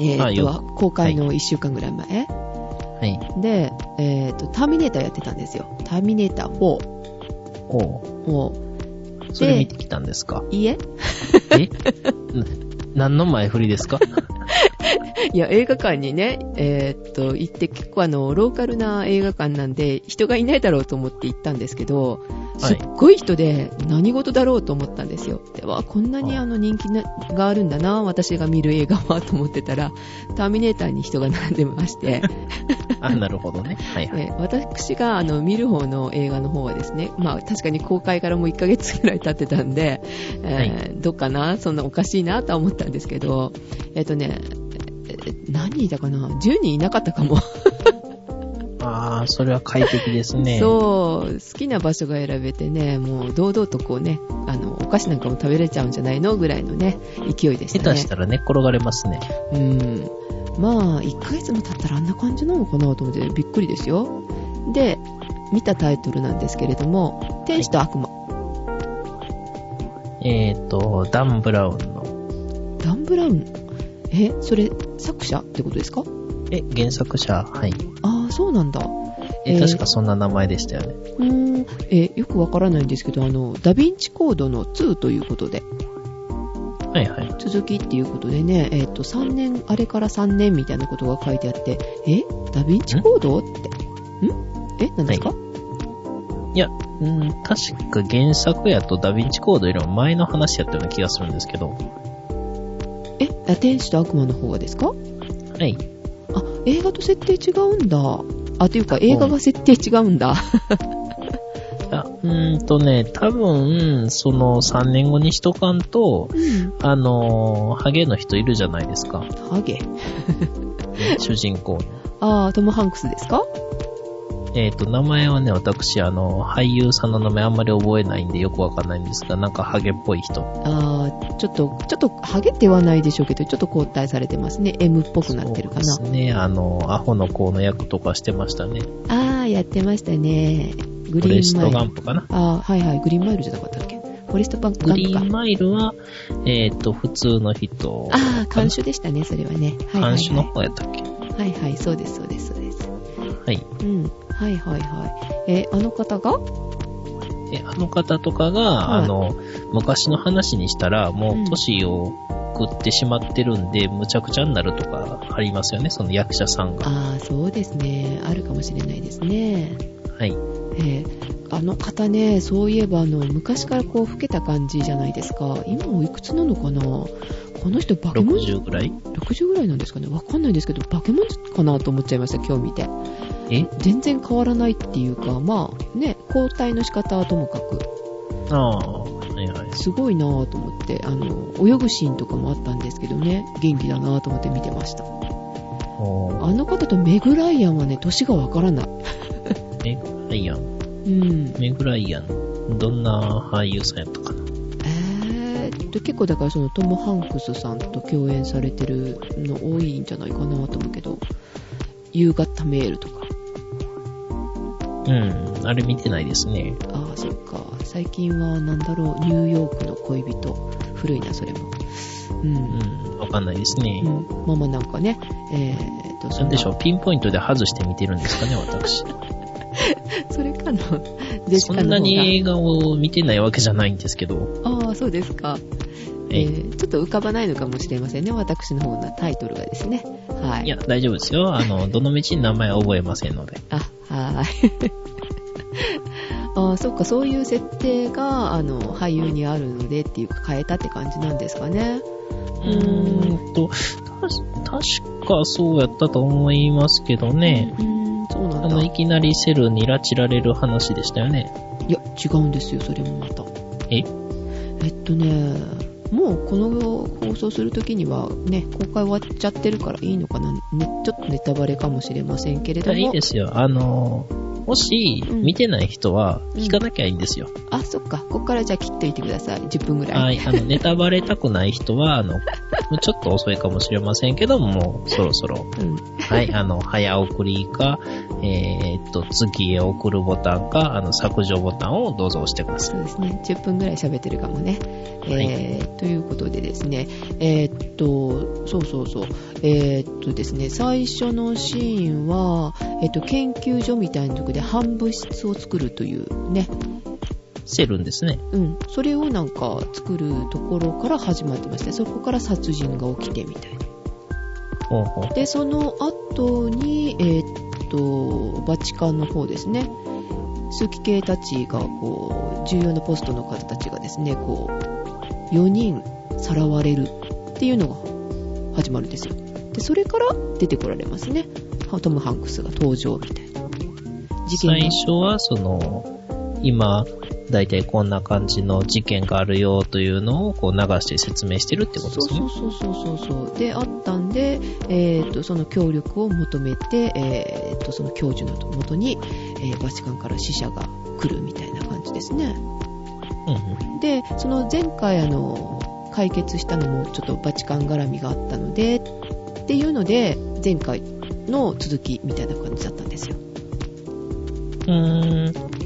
[SPEAKER 1] え
[SPEAKER 2] あ
[SPEAKER 1] ーっ
[SPEAKER 2] よ
[SPEAKER 1] と、公開の1週間ぐらい前。
[SPEAKER 2] はい。
[SPEAKER 1] で、えーっと、ターミネーターやってたんですよ。ターミネーター4
[SPEAKER 2] おう
[SPEAKER 1] を、
[SPEAKER 2] それ見てきたんですか
[SPEAKER 1] いいえ
[SPEAKER 2] え な何の前振りですか
[SPEAKER 1] いや、映画館にね、えーっと、行って、結構あの、ローカルな映画館なんで、人がいないだろうと思って行ったんですけど、
[SPEAKER 2] は
[SPEAKER 1] す
[SPEAKER 2] い
[SPEAKER 1] っごい人で、何事だろうと思ったんですよ。で、わあ、こんなにあの、人気ながあるんだな、私が見る映画は、と思ってたら、ターミネーターに人が並んでまして、
[SPEAKER 2] あ、なるほどね。はいはい。
[SPEAKER 1] えー私があの見る方の映画の方はですね、まあ確かに公開からもう1ヶ月ぐらい経ってたんで、えー
[SPEAKER 2] はい
[SPEAKER 1] どっかな、そんなおかしいなとは思ったんですけど、えっ、とね、えー何人いたかな ?10 人いなかったかも。
[SPEAKER 2] ああ、それは快適ですね。
[SPEAKER 1] そう、好きな場所が選べてね、もう堂々とこうね、あの、お菓子なんかも食べれちゃうんじゃないのぐらいのね、勢いでした
[SPEAKER 2] 下手
[SPEAKER 1] ね
[SPEAKER 2] し。たら寝っ転がれますね。
[SPEAKER 1] うん。まあ、1ヶ月も経ったらあんな感じなのかなと思ってびっくりですよ。で、見たタイトルなんですけれども、天使と悪魔。
[SPEAKER 2] えっ、ー、と、ダン・ブラウンの。
[SPEAKER 1] ダン・ブラウン。え、それ、作者ってことですか
[SPEAKER 2] え、原作者はい。
[SPEAKER 1] ああ、そうなんだ。
[SPEAKER 2] え、
[SPEAKER 1] えー
[SPEAKER 2] 確かそんな名前でしたよね。
[SPEAKER 1] うーん。え、よくわからないんですけど、あの、ダヴィンチコードの2ということで、
[SPEAKER 2] はいはい。
[SPEAKER 1] 続きっていうことでね、えっ、と、3年、あれから3年みたいなことが書いてあって、え、ダヴィンチコードって。んえ、何ですか、
[SPEAKER 2] いや、うん、確か原作やとダヴィンチコードよりも前の話やったような気がするんですけど。
[SPEAKER 1] え、あ天使と悪魔の方がですか
[SPEAKER 2] はい。
[SPEAKER 1] あ、映画と設定違うんだ。あ、というか映画が設定違うんだ。
[SPEAKER 2] あうーんとね、多分、その3年後にしとかんと、あのーハゲの人いるじゃないです か。
[SPEAKER 1] ハゲ。
[SPEAKER 2] 主人公の。
[SPEAKER 1] あー、トム・ハンクスですか
[SPEAKER 2] えっ、と、名前はね、私、あの、俳優さんの名前あんまり覚えないんでよくわかんないんですが、なんかハゲっぽい人。
[SPEAKER 1] あーちょっと、ちょっと、ハゲって言わないでしょうけど、ちょっと交代されてますね。M っぽくなってるかな
[SPEAKER 2] そ。うですね。あの、アホの子の役とかしてましたね。
[SPEAKER 1] あー、やってましたね。グ
[SPEAKER 2] フォ
[SPEAKER 1] リ
[SPEAKER 2] レス
[SPEAKER 1] ーン
[SPEAKER 2] トガ
[SPEAKER 1] マイル。
[SPEAKER 2] ンプかな。
[SPEAKER 1] あー、はいはい、グリーンマイルじゃなかったっけフォレストパンク
[SPEAKER 2] グリーン
[SPEAKER 1] か。
[SPEAKER 2] マイルは、えっ、と、普通の人。
[SPEAKER 1] あー、監修でしたね、それはね。はいはい、
[SPEAKER 2] 監修の
[SPEAKER 1] は
[SPEAKER 2] 方やったっけ
[SPEAKER 1] い。はいはい、そうです、そうです、そうです。
[SPEAKER 2] はい。
[SPEAKER 1] うん。はいはいはい。え、あの方が
[SPEAKER 2] で、あの方とかが、
[SPEAKER 1] い
[SPEAKER 2] あの、昔の話にしたら、もう年を食ってしまってるんで、むちゃくちゃになるとかありますよね、その役者さんが。
[SPEAKER 1] あー、そうですね。あるかもしれないですね。
[SPEAKER 2] はい。
[SPEAKER 1] えーあの方ね、そういえばあの昔からこう老けた感じじゃないですか。今おいくつなのかなこの人化け物
[SPEAKER 2] 60ぐらい
[SPEAKER 1] ?60 ぐらいなんですかねわかんないんですけど、化け物かなと思っちゃいました、今日見て。
[SPEAKER 2] え
[SPEAKER 1] 全然変わらないっていうか、まあね、交代の仕方はともかく、
[SPEAKER 2] ああ、はいはい。
[SPEAKER 1] すごいなぁと思って、あの、泳ぐシーンとかもあったんですけどね、元気だなぁと思って見てました。
[SPEAKER 2] お
[SPEAKER 1] あの方とメグライアンはね、年がわからない。
[SPEAKER 2] ーメグライアン。
[SPEAKER 1] うん。
[SPEAKER 2] メグライアン。どんな俳優さんやったかな。
[SPEAKER 1] えーっと結構だからそのトム・ハンクスさんと共演されてるの多いんじゃないかなと思うけど夕方メールとか
[SPEAKER 2] うん、あれ見てないですね。
[SPEAKER 1] ああそっか最近はなんだろうニューヨークの恋人古いなそれもうん、
[SPEAKER 2] うん、わかんないですね。
[SPEAKER 1] うんママなんかねえーっとそ
[SPEAKER 2] なんでし
[SPEAKER 1] ょ
[SPEAKER 2] ょう、ピンポイントで外して見てるんですかね、私。
[SPEAKER 1] それかなジェシ
[SPEAKER 2] そ
[SPEAKER 1] カの方が
[SPEAKER 2] んなに映画を見てないわけじゃないんですけど。
[SPEAKER 1] ああそうですか、え
[SPEAKER 2] え
[SPEAKER 1] ーちょっと浮かばないのかもしれませんね私の方のタイトルがですねはい
[SPEAKER 2] いや、大丈夫ですよ。あの、どの道に名前は覚えませんので。
[SPEAKER 1] あ、はーい。 あーそっか、そういう設定が、あの、俳優にあるのでっていうか、変えたって感じなんですかね。
[SPEAKER 2] う
[SPEAKER 1] ー
[SPEAKER 2] ーんと、たし確かそうやったと思いますけどね。
[SPEAKER 1] うーん、そうな
[SPEAKER 2] あ
[SPEAKER 1] んだ。
[SPEAKER 2] の、
[SPEAKER 1] い
[SPEAKER 2] いきなりセルに拉致られる話でしたよね。
[SPEAKER 1] や、違うんですよ、それもまた。
[SPEAKER 2] え
[SPEAKER 1] えっとね、もうこの放送するときにはね、公開終わっちゃってるからいいのかな、ね、ちょっとネタバレかもしれませんけれども。
[SPEAKER 2] いいですよ。あの、もし、
[SPEAKER 1] うん
[SPEAKER 2] 見てない人は、
[SPEAKER 1] うん
[SPEAKER 2] 聞かなきゃいいんですよ。
[SPEAKER 1] あ、そっか、ここからじゃあ切っといてください。10分ぐらい。
[SPEAKER 2] はい。あの、ネタバレたくない人は、あの、もうちょっと遅いかもしれませんけども、うそろそろ、
[SPEAKER 1] うん。
[SPEAKER 2] はい、あの、早送りか、えーっと、次へ送るボタンか、あの、削除ボタンをどうぞ押してください。
[SPEAKER 1] そうですね。10分ぐらい喋ってるかもね。えーということでですね、えーっと、そうそうそう、えーっとですね、最初のシーンは、えっと、研究所みたいなとこで半物質を作るというね、
[SPEAKER 2] セルンですね。
[SPEAKER 1] うん、それをなんか作るところから始まってまして、そこから殺人が起きてみたいな。
[SPEAKER 2] ほうほう。
[SPEAKER 1] で、その後に、えーっと、バチカンの方ですね、枢機系たちが、こう、重要なポストの方たちがですね、こう、4人さらわれるっていうのが始まるんですよ。で、それから出てこられますね。トム・ハンクスが登場みたいな。事件
[SPEAKER 2] 最
[SPEAKER 1] が
[SPEAKER 2] 初は、その、今、だいたいこんな感じの事件があるよというのを、こう流して説明してるってことで
[SPEAKER 1] そう
[SPEAKER 2] すね。
[SPEAKER 1] そうそうそうそうそうであったんで、えー、とその協力を求めて、えー、とその教授のもとに、えーバチカンから死者が来るみたいな感じですね
[SPEAKER 2] うんうん
[SPEAKER 1] でその前回あの解決したのもちょっとバチカン絡みがあったのでっていうので前回の続きみたいな感じだったんですよ、
[SPEAKER 2] うーん。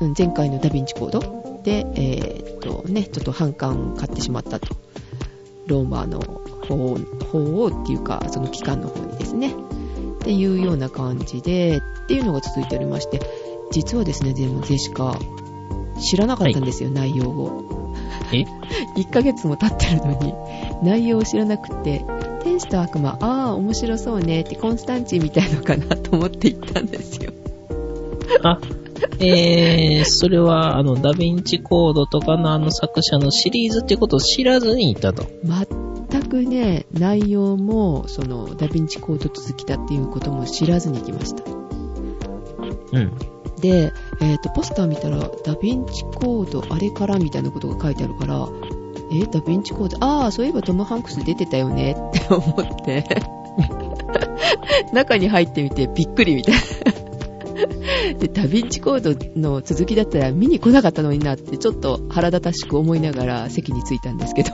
[SPEAKER 1] うん、前回のダヴィンチコードでえー、っとねちょっと反感を買ってしまったとローマの法法王っていうかその機関の方にですねっていうような感じでっていうのが続いておりまして実はですねでもジェシカ知らなかったんですよ、内容を
[SPEAKER 2] え
[SPEAKER 1] 1ヶ月も経ってるのに内容を知らなくて天使と悪魔ああ面白そうねってコンスタンチンみたいのかなと思って行ったんですよ
[SPEAKER 2] あ、えー、それは、あの、ダヴィンチコードとかのあの作者のシリーズっていうことを知らずにいたと。
[SPEAKER 1] 全くね内容もそのダヴィンチコード続きだっていうことも知らずに行きました
[SPEAKER 2] うん。
[SPEAKER 1] で、えっとポスター見たらダヴィンチコードあれからみたいなことが書いてあるからえダヴィンチコードああそういえばトム・ハンクス出てたよねって思って中に入ってみてびっくりみたいで、ダヴィンチコードの続きだったら見に来なかったのになって、ちょっと腹立たしく思いながら席に着いたんですけど、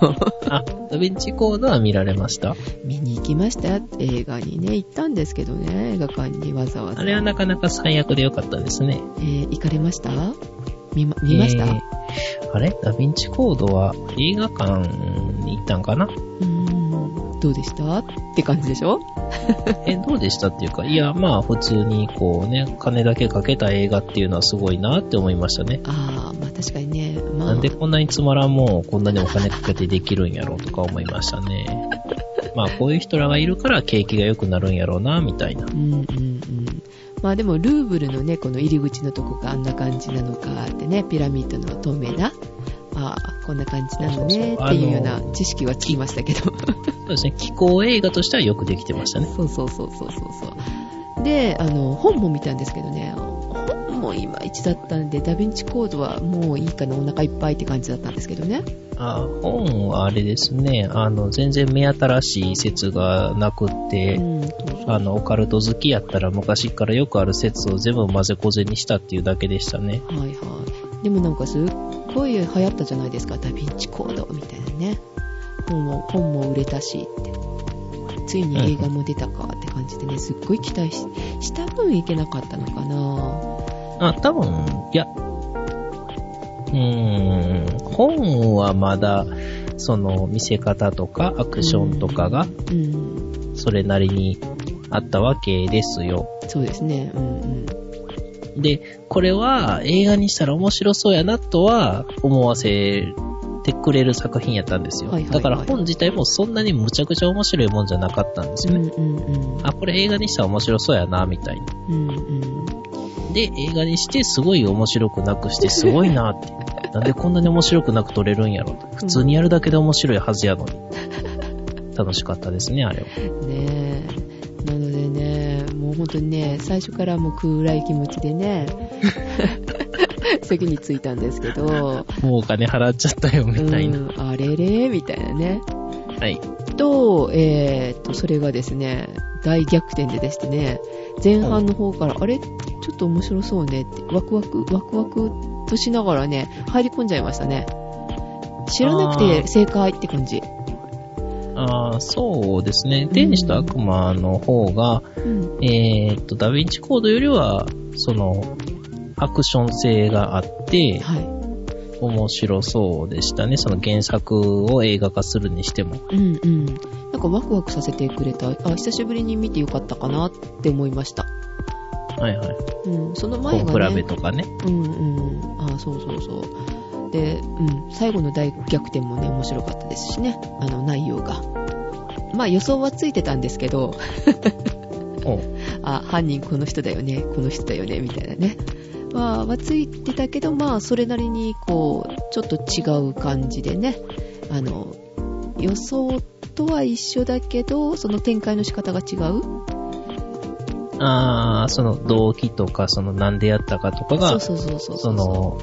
[SPEAKER 2] あ、ダヴィンチコードは見られました。
[SPEAKER 1] 見に行きました映画にね、行ったんですけどね、映画館にわざわざ。
[SPEAKER 2] あれはなかなか最悪でよかったですね。
[SPEAKER 1] えー行かれました見ま見ました、
[SPEAKER 2] えーあれダヴィンチコードは映画館に行ったんかな
[SPEAKER 1] うーん、どうでしたって感じでしょ
[SPEAKER 2] え、どうでしたっていうか、いや、まあ普通にこうね、金だけかけた映画っていうのはすごいなって思いましたね。
[SPEAKER 1] ああ、まあ確かにね、まあ、
[SPEAKER 2] なんでこんなにつまらんもんをこんなにお金かけてできるんやろうとか思いましたね。まあこういう人らがいるから景気が良くなるんやろうな、みたいな。
[SPEAKER 1] うんうんうん。まあでもルーブルのね、この入り口のとこがあんな感じなのかってね、ピラミッドの透明な、ああ、こんな感じなのねっていうよう
[SPEAKER 2] あ
[SPEAKER 1] な
[SPEAKER 2] の
[SPEAKER 1] 知識はつきましたけど。
[SPEAKER 2] そうですね、気候映画としてはよくできてましたね。
[SPEAKER 1] そうそうそうそうそうそう。で、あの、本も見たんですけどね、本もいまいちだったんで、ダヴィンチコードはもういいかな、お腹いっぱいって感じだったんですけどね。
[SPEAKER 2] あ本はあれですね、あの、全然目新しい説がなくって、
[SPEAKER 1] うん、そうそう
[SPEAKER 2] あの、オカルト好きやったら昔からよくある説を全部混ぜこぜにしたっていうだけでしたね。
[SPEAKER 1] はいはい。でもなんかすっごい流行ったじゃないですか、ダヴィンチコードみたいなね。本も、本も売れたしって。ついに映画も出たかって感じでね、すっごい期待しした分いけなかったのかな
[SPEAKER 2] あ、多分、いや、うーん、本はまだ、その、見せ方とかアクションとかが、
[SPEAKER 1] うん。
[SPEAKER 2] それなりにあったわけですよ。
[SPEAKER 1] そうですね。うんうん。
[SPEAKER 2] で、これは映画にしたら面白そうやなとは思わせてくれる作品やったんですよ。
[SPEAKER 1] はいはいはい
[SPEAKER 2] だから本自体もそんなにむちゃくちゃ面白いもんじゃなかったんです
[SPEAKER 1] う
[SPEAKER 2] よね。
[SPEAKER 1] んうんうん。
[SPEAKER 2] あ、これ映画にしたら面白そうやな、みたいな。
[SPEAKER 1] うんうん。
[SPEAKER 2] で、映画にしてすごい面白くなくしてすごいなって。なんでこんなに面白くなく撮れるんやろって。普通にやるだけで面白いはずやのに。楽しかったですね、あれは。
[SPEAKER 1] ねえ。なのでね、もう本当にね、最初からもう暗い気持ちで ね、 席に着いたんですけど、
[SPEAKER 2] もうお金払っちゃったよ、みたいうな。
[SPEAKER 1] んあれれみたいなね。
[SPEAKER 2] はい。
[SPEAKER 1] と、えーっと、それがですね、大逆転ででしてね、前半の方から、あれちょっと面白そうねって、ワクワク、ワクワクとしながらね、入り込んじゃいましたね。知らなく
[SPEAKER 2] あ
[SPEAKER 1] て
[SPEAKER 2] ー
[SPEAKER 1] 正解って感じ。
[SPEAKER 2] ああ、そうですね。天使と悪魔の方が、
[SPEAKER 1] うん。
[SPEAKER 2] えーっと、ダヴィンチコードよりは、その、アクション性があって、
[SPEAKER 1] は
[SPEAKER 2] 面白そうでしたね。その原作を映画化するにしても。
[SPEAKER 1] い。うんうん。なんかワクワクさせてくれた。あ、久しぶりに見てよかったかなって思いました。
[SPEAKER 2] はいはい。
[SPEAKER 1] うん。その前
[SPEAKER 2] こう
[SPEAKER 1] が
[SPEAKER 2] 比べ
[SPEAKER 1] ね、
[SPEAKER 2] とかね。
[SPEAKER 1] うんうん。あ、そうそうそう。で、うん。最後の大逆転もね、面白かったですしね。あの、内容が。まあ予想はついてたんですけど、
[SPEAKER 2] お
[SPEAKER 1] あ、犯人この人だよね、この人だよね、みたいなね。まあ、はついてたけど、まあ、それなりに、こう、ちょっと違う感じでね、あの、予想とは一緒だけど、その展開の仕方が違う。
[SPEAKER 2] ああ、その動機とか、そのなんでやったかとか
[SPEAKER 1] そう
[SPEAKER 2] が、
[SPEAKER 1] そうそうそうう。
[SPEAKER 2] その、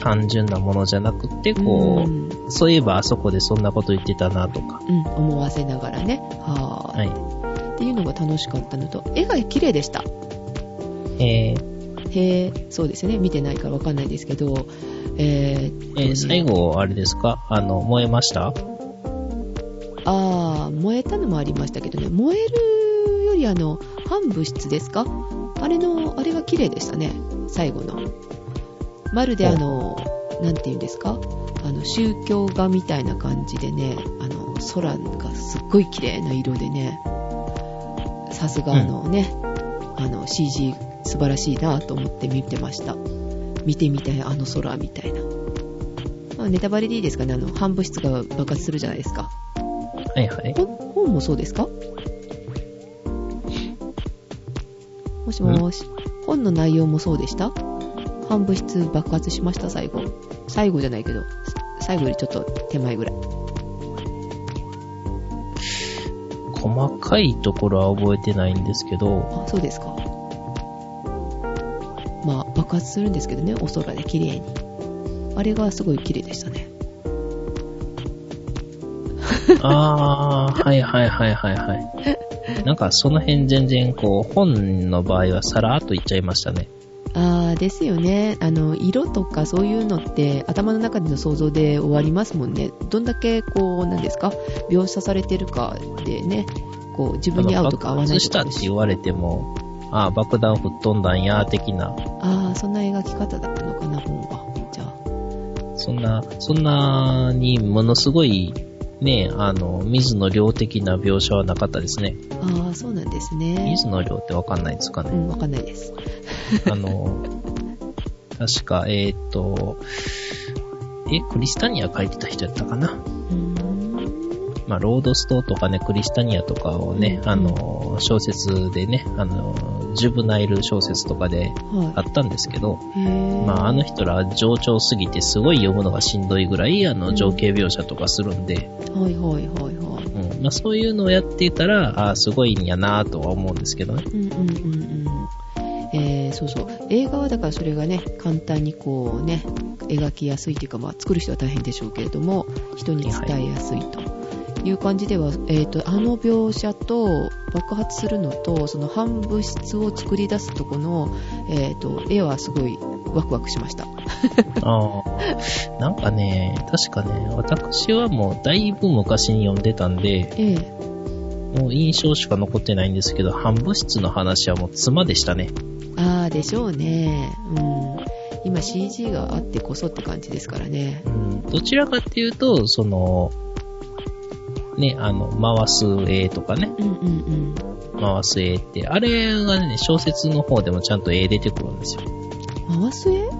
[SPEAKER 2] 単純なものじゃなくて、こ
[SPEAKER 1] うん、
[SPEAKER 2] う、そういえばあそこでそんなこと言ってたなとか。
[SPEAKER 1] うん、思わせながらね、は
[SPEAKER 2] はい。
[SPEAKER 1] あ、っていうのが楽しかったのと、絵が綺麗でした。
[SPEAKER 2] えー
[SPEAKER 1] へえ、そうですね、見てないからわかんないですけど、えー
[SPEAKER 2] えー最後、あれですかあの、燃えました
[SPEAKER 1] ああ、燃えたのもありましたけどね、燃えるよりあの、半物質ですかあれの、あれが綺麗でしたね、最後の。まるであの、なんて言うんですかあの、宗教画みたいな感じでね、あの、空がすっごい綺麗な色でね、さすがあのね、あの、CG 素晴らしいなと思って見てました。見てみたい、あの空みたいな。まあネタバレでいいですかね、あの、半物質が爆発するじゃないですか。
[SPEAKER 2] はいはい。
[SPEAKER 1] 本本もそうですかもしもーし。本の内容もそうでした半物質爆発しました、最後。最後じゃないけど、最後よりちょっと手前ぐらい。
[SPEAKER 2] 細かいところは覚えてないんですけ ど、
[SPEAKER 1] あ、そうですか。まあ、爆発するんですけどね、お空で綺麗に。あれがすごい綺麗でしたね。
[SPEAKER 2] あー、はいはいはいはいはい。なんかその辺全然こう、本の場合はさらっと言っちゃいましたね。
[SPEAKER 1] あーですよねあの色とかそういうのって頭の中での想像で終わりますもんねどんだけこうなんですか描写されてるかでねこう自分に合うとか合わない
[SPEAKER 2] し
[SPEAKER 1] と
[SPEAKER 2] た
[SPEAKER 1] か
[SPEAKER 2] って
[SPEAKER 1] で
[SPEAKER 2] 言われても、ああ、爆弾吹っ飛んだんや、的な、
[SPEAKER 1] ああそんな描き方だったのかな本はじゃあ
[SPEAKER 2] そんな、そんなにものすごい、ね、あの、水の量的な描写はなかったですね。
[SPEAKER 1] あーそうなんですね
[SPEAKER 2] 水の量ってわかんないですか
[SPEAKER 1] う
[SPEAKER 2] ね。
[SPEAKER 1] んわかんないです
[SPEAKER 2] あの、確か、えーっ、と、え、クリスタニア書いてた人やったかな
[SPEAKER 1] うーん
[SPEAKER 2] まあ、ロードストとかね、クリスタニアとかをね、
[SPEAKER 1] うん
[SPEAKER 2] あの、小説でね、あの、ジュブナイル小説とかであ
[SPEAKER 1] は
[SPEAKER 2] ったんですけど、
[SPEAKER 1] いへー
[SPEAKER 2] まあ、あの人ら冗長すぎてすごい読むのがしんどいぐらい、あの、情景描写とかするんで、
[SPEAKER 1] はいはいはいはい
[SPEAKER 2] うん、まあ、そういうのをやっていたら、あーすごいんやなぁとは思うんですけどね。
[SPEAKER 1] うんうんうんうんえーそうそう映画はだからそれがね簡単にこうね描きやすいというか、まあ、作る人は大変でしょうけれども人に伝えやすいという感じでは、えー、とあの描写と爆発するのとその反物質を作り出すとこの、えー、と絵はすごいワクワクしました
[SPEAKER 2] ああ。 なんかね、確かね、私はもうだいぶ昔に読んでたんで、
[SPEAKER 1] ええ
[SPEAKER 2] もう印象しか残ってないんですけど、半物質の話はもう妻でしたね。
[SPEAKER 1] ああでしょうねうん今 CG があってこそって感じですからね
[SPEAKER 2] うん、どちらかっていうと、その、ね、あの、回す絵とかね、
[SPEAKER 1] うんうんうん
[SPEAKER 2] 回す絵って、あれがね、小説の方でもちゃんと絵出てくるんですよ。
[SPEAKER 1] 回す絵
[SPEAKER 2] うん。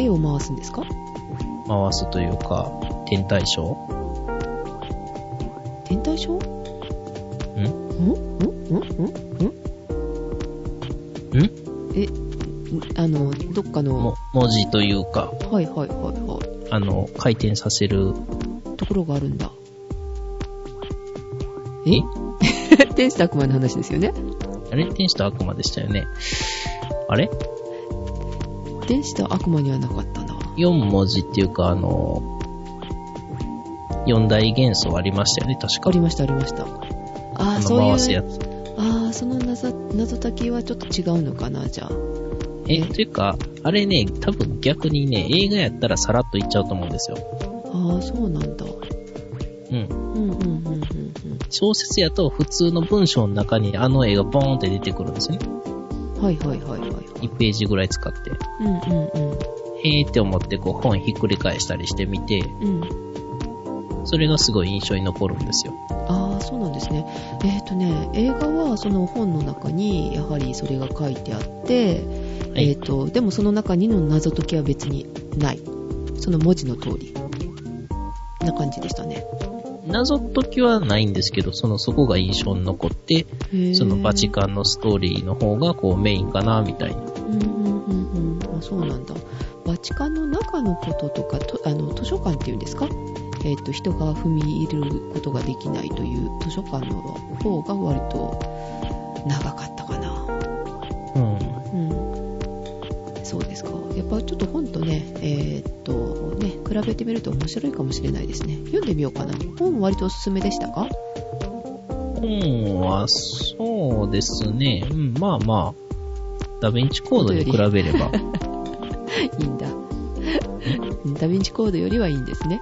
[SPEAKER 1] 絵を回すんですか
[SPEAKER 2] 回すというか、天体ショー
[SPEAKER 1] 天体ショ
[SPEAKER 2] ん
[SPEAKER 1] ーんんんんんん
[SPEAKER 2] ん
[SPEAKER 1] え、あの、どっかの、
[SPEAKER 2] も文字というか、
[SPEAKER 1] はいはいはいは
[SPEAKER 2] あの、回転させる。
[SPEAKER 1] い、ところがあるんだ。
[SPEAKER 2] え
[SPEAKER 1] え 天使と悪魔の話ですよね。
[SPEAKER 2] あれ天使と悪魔でしたよね。あれ
[SPEAKER 1] 天使と悪魔にはなかったな。
[SPEAKER 2] ?4 文字っていうか、あの、4大元素ありましたよね、確
[SPEAKER 1] あ
[SPEAKER 2] か。
[SPEAKER 1] りましたありました。あ
[SPEAKER 2] あ
[SPEAKER 1] あ、
[SPEAKER 2] の
[SPEAKER 1] そう
[SPEAKER 2] 回す
[SPEAKER 1] い
[SPEAKER 2] や
[SPEAKER 1] う、
[SPEAKER 2] つ。
[SPEAKER 1] ああ、その謎謎解きはちょっと違うのかな、じゃあ。
[SPEAKER 2] え、というか、あれね、多分逆にね、映画やったらさらっといっちゃうと思うんですよ。
[SPEAKER 1] ああ、そうなんだ。
[SPEAKER 2] う
[SPEAKER 1] う
[SPEAKER 2] ん。
[SPEAKER 1] んうんうんうんうん。
[SPEAKER 2] 小説やと普通の文章の中にあの絵がボーンって出てくるんですよね。
[SPEAKER 1] はいはいはいはいはい。
[SPEAKER 2] 1ページぐらい使って。
[SPEAKER 1] うんうんうん。
[SPEAKER 2] へーって思ってこう本ひっくり返したりしてみて、
[SPEAKER 1] うん、
[SPEAKER 2] それがすごい印象に残るんですよ。
[SPEAKER 1] ああそうなんですねえっ、とね映画はその本の中にやはりそれが書いてあって、
[SPEAKER 2] はい
[SPEAKER 1] えっ、とでもその中にの謎解きは別にないその文字の通りな感じでしたね
[SPEAKER 2] 謎解きはないんですけど、そのそこが印象に残って、そのバチ
[SPEAKER 1] カ
[SPEAKER 2] カンのストーリーの方がこうメインかな、みたいな。
[SPEAKER 1] うんうんうんうんあそうなんだバチカンの中のこととかとあの図書館っていうんですかえっ、と人が踏み入れることができないという図書館の方が割と長かったかな
[SPEAKER 2] う
[SPEAKER 1] う
[SPEAKER 2] ん。
[SPEAKER 1] ん、そうですかやっぱちょっと本とねえーっとね比べてみると面白いかもしれないですね読んでみようかな本割とおすすめでしたか
[SPEAKER 2] 本は、そうですね。うん、まあまあ、ダヴィンチコードに比べれば。
[SPEAKER 1] いいんだダヴィンチコードよりはいいんですね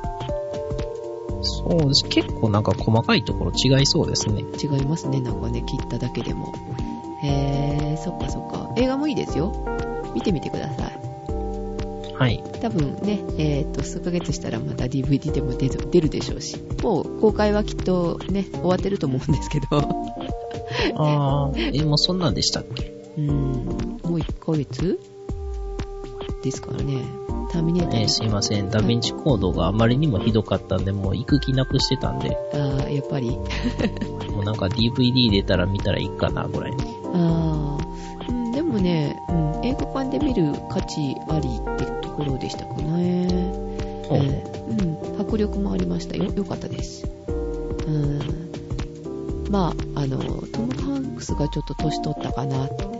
[SPEAKER 2] そうです。結構なんか細かいところ違いそうですね。
[SPEAKER 1] 違いますねなんかね切っただけでもへえそっかそっか映画もいいですよ見てみてください
[SPEAKER 2] はい。
[SPEAKER 1] 多分ね、えーっと数ヶ月したらまた DVD でも出る出るでしょうしもう公開はきっとね終わってると思うんですけど
[SPEAKER 2] あー、え、もうそんなんでしたっけ
[SPEAKER 1] うん、もう1ヶ月ですからね。ターミネーター
[SPEAKER 2] えーすいません。ダヴィンチコードがあまりにもひどかったんで、もう行く気なくしてたんで、
[SPEAKER 1] あーやっぱり。
[SPEAKER 2] もうなんか DVD 出たら見たらいいかな、ぐらいの。
[SPEAKER 1] あーうん、でもね、うん、映画館で見る価値ありってところでしたかね。
[SPEAKER 2] おう
[SPEAKER 1] えーうん、迫力もありましたよ。よかったです。うん。まあ、あの、トム・ハンクスがちょっと年取ったかなって。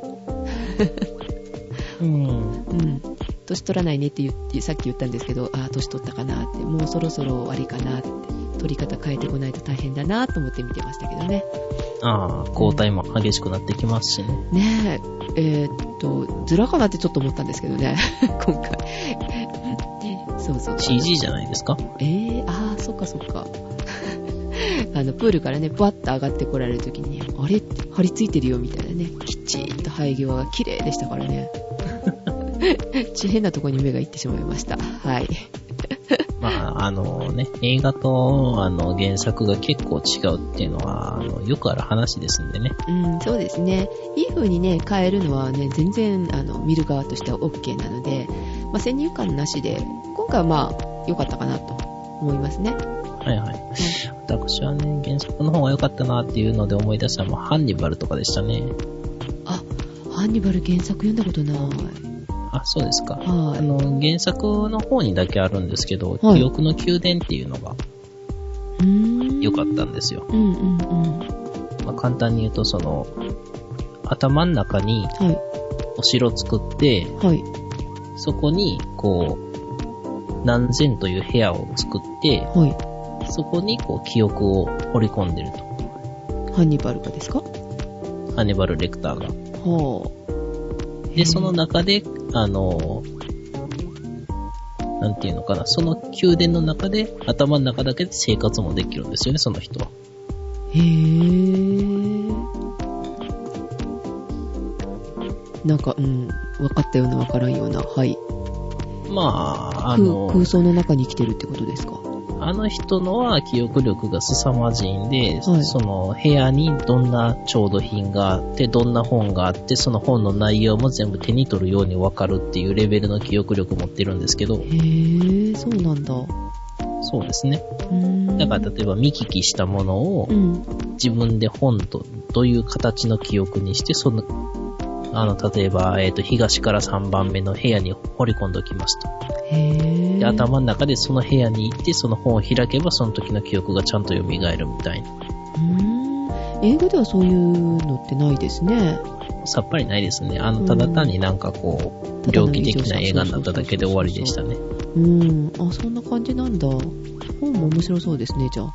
[SPEAKER 2] うん。
[SPEAKER 1] うん、年取らないねって言ってさっき言ったんですけどああ年取ったかなってもうそろそろ終わりかなって取り方変えてこないと大変だなと思って見てましたけどね、
[SPEAKER 2] ああ、交代も激しくなってきますしね。
[SPEAKER 1] ねえ、えーっと、ズラかなってちょっと思ったんですけどね、 今回。そうそう。
[SPEAKER 2] CG じゃないですか
[SPEAKER 1] えー、あー、そっかそっか。 あの、プールからね、バッと上がってこられるときに、あれ張り付いてるよ、みたいなね。きちんと生え際が綺麗でしたからね。 ち変なとこに目が行ってしまいました。はい。
[SPEAKER 2] まあ、あのね、映画と、あの、原作が結構違うっていうのは、あの、よくある話ですんでね。
[SPEAKER 1] うん、そうですね。いい風にね、変えるのはね、全然、あの、見る側としては OK なので、まあ、先入観なしで、今回はまあ、良かったかなと思いますね。
[SPEAKER 2] はいはい。私はね、原作の方が良かったなっていうので思い出したのは、ハンニバルとかでしたね。
[SPEAKER 1] あ、ハンニバル原作読んだことない。
[SPEAKER 2] あ、そうですか。
[SPEAKER 1] は
[SPEAKER 2] あ
[SPEAKER 1] い。
[SPEAKER 2] の、原作の方にだけあるんですけど、
[SPEAKER 1] はい
[SPEAKER 2] 記憶の宮殿っていうのが
[SPEAKER 1] うーん
[SPEAKER 2] 良かったんですよ。
[SPEAKER 1] うんうんうん。
[SPEAKER 2] まあ、簡単に言うと、その、頭の中に
[SPEAKER 1] はい。
[SPEAKER 2] お城作って、
[SPEAKER 1] はい。
[SPEAKER 2] そこに、こう、何千という部屋を作って、
[SPEAKER 1] はい。
[SPEAKER 2] そこに、こう、記憶を掘り込んでると。
[SPEAKER 1] ハンニバルかですかは
[SPEAKER 2] ハンニバル・レクターが。
[SPEAKER 1] ぁ。へ
[SPEAKER 2] で、
[SPEAKER 1] ー
[SPEAKER 2] その中で、あの、なんていうのかな、その宮殿の中で、頭の中だけで生活もできるんですよね、その人は。
[SPEAKER 1] へぇなんか、うん。分かったような分からんような。はい。
[SPEAKER 2] まあ、あ
[SPEAKER 1] 空
[SPEAKER 2] の
[SPEAKER 1] 空、想の中に生きてるってことですか
[SPEAKER 2] あの人のは記憶力が凄まじいんで、
[SPEAKER 1] はい
[SPEAKER 2] その部屋にどんな調度品があって、どんな本があって、その本の内容も全部手に取るようにわかるっていうレベルの記憶力持ってるんですけど
[SPEAKER 1] へ、ぇそうなんだ。う
[SPEAKER 2] そうですね。
[SPEAKER 1] ーん。
[SPEAKER 2] だから例えば見聞きしたものを
[SPEAKER 1] う、ん。
[SPEAKER 2] 自分で本とどういう形の記憶にして、その、あの、例えば、えっ、と、東から3番目の部屋に掘り込んでおきますと。
[SPEAKER 1] へぇ
[SPEAKER 2] で、頭の中でその部屋に行って、その本を開けば、その時の記憶がちゃんと蘇るみたいな。
[SPEAKER 1] うーん。英語ではそういうのってないですね。
[SPEAKER 2] さっぱりないですね。あ
[SPEAKER 1] うん
[SPEAKER 2] の、ただ単になんかこ
[SPEAKER 1] た
[SPEAKER 2] う、
[SPEAKER 1] だの
[SPEAKER 2] 猟奇的な映画になっただけで終わりでしたね。
[SPEAKER 1] うん。あ、そんな感じなんだ。本も面白そうですね、じゃあ。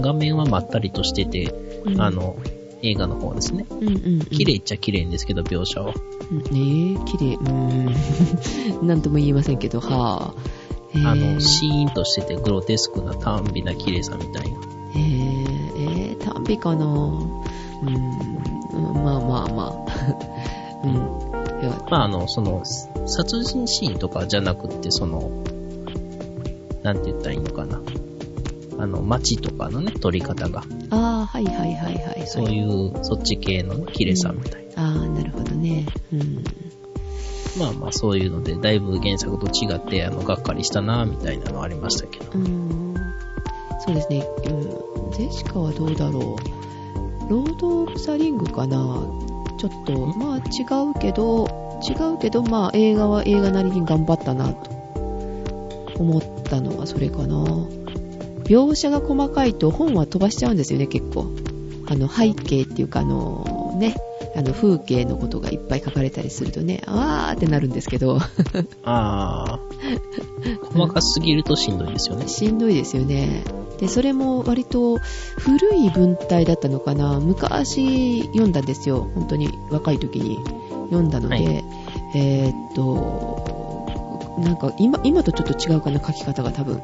[SPEAKER 2] 画面はまったりとしてて、
[SPEAKER 1] うん
[SPEAKER 2] あ、の、映画の方ですね。
[SPEAKER 1] うんうんうん、
[SPEAKER 2] 綺麗っちゃ綺麗んですけど、描写は。
[SPEAKER 1] うんねえ、綺麗。うーん。 なんとも言えませんけど、はぁ、えー
[SPEAKER 2] あの、シーンとしてて、グロテスクな短美な綺麗さみたいな。
[SPEAKER 1] えー、えー、短美かなうーん。まあまあまあ。うん。いや、
[SPEAKER 2] まあ、あの、その、殺人シーンとかじゃなくって、その、なんて言ったらいいのかな。あの、街とかのね、撮り方が、
[SPEAKER 1] ああ、はいはいはいはい。
[SPEAKER 2] そういう、そっち系の綺麗さみたいな。
[SPEAKER 1] ああ、なるほどね。うん。
[SPEAKER 2] まあまあ、そういうので、だいぶ原作と違って、あの、がっかりしたな、みたいなのはありましたけど。
[SPEAKER 1] うん。そうですね。うん。ジェシカはどうだろう。ロード・オブ・ザ・リングかな。ちょっと、
[SPEAKER 2] ん
[SPEAKER 1] まあ違うけど、違うけど、まあ映画は映画なりに頑張ったなと思ったのはそれかな。描写が細かいと本は飛ばしちゃうんですよね、結構。あの背景っていうか、あのね、あの風景のことがいっぱい書かれたりするとね、あーってなるんですけど。
[SPEAKER 2] ああ、細かすぎるとしんどいですよね。
[SPEAKER 1] しんどいですよね。で、それも割と古い文体だったのかな。昔読んだんですよ。本当に若い時に読んだので、
[SPEAKER 2] はい
[SPEAKER 1] えーっと、なんか今、今とちょっと違うかな、書き方が多分。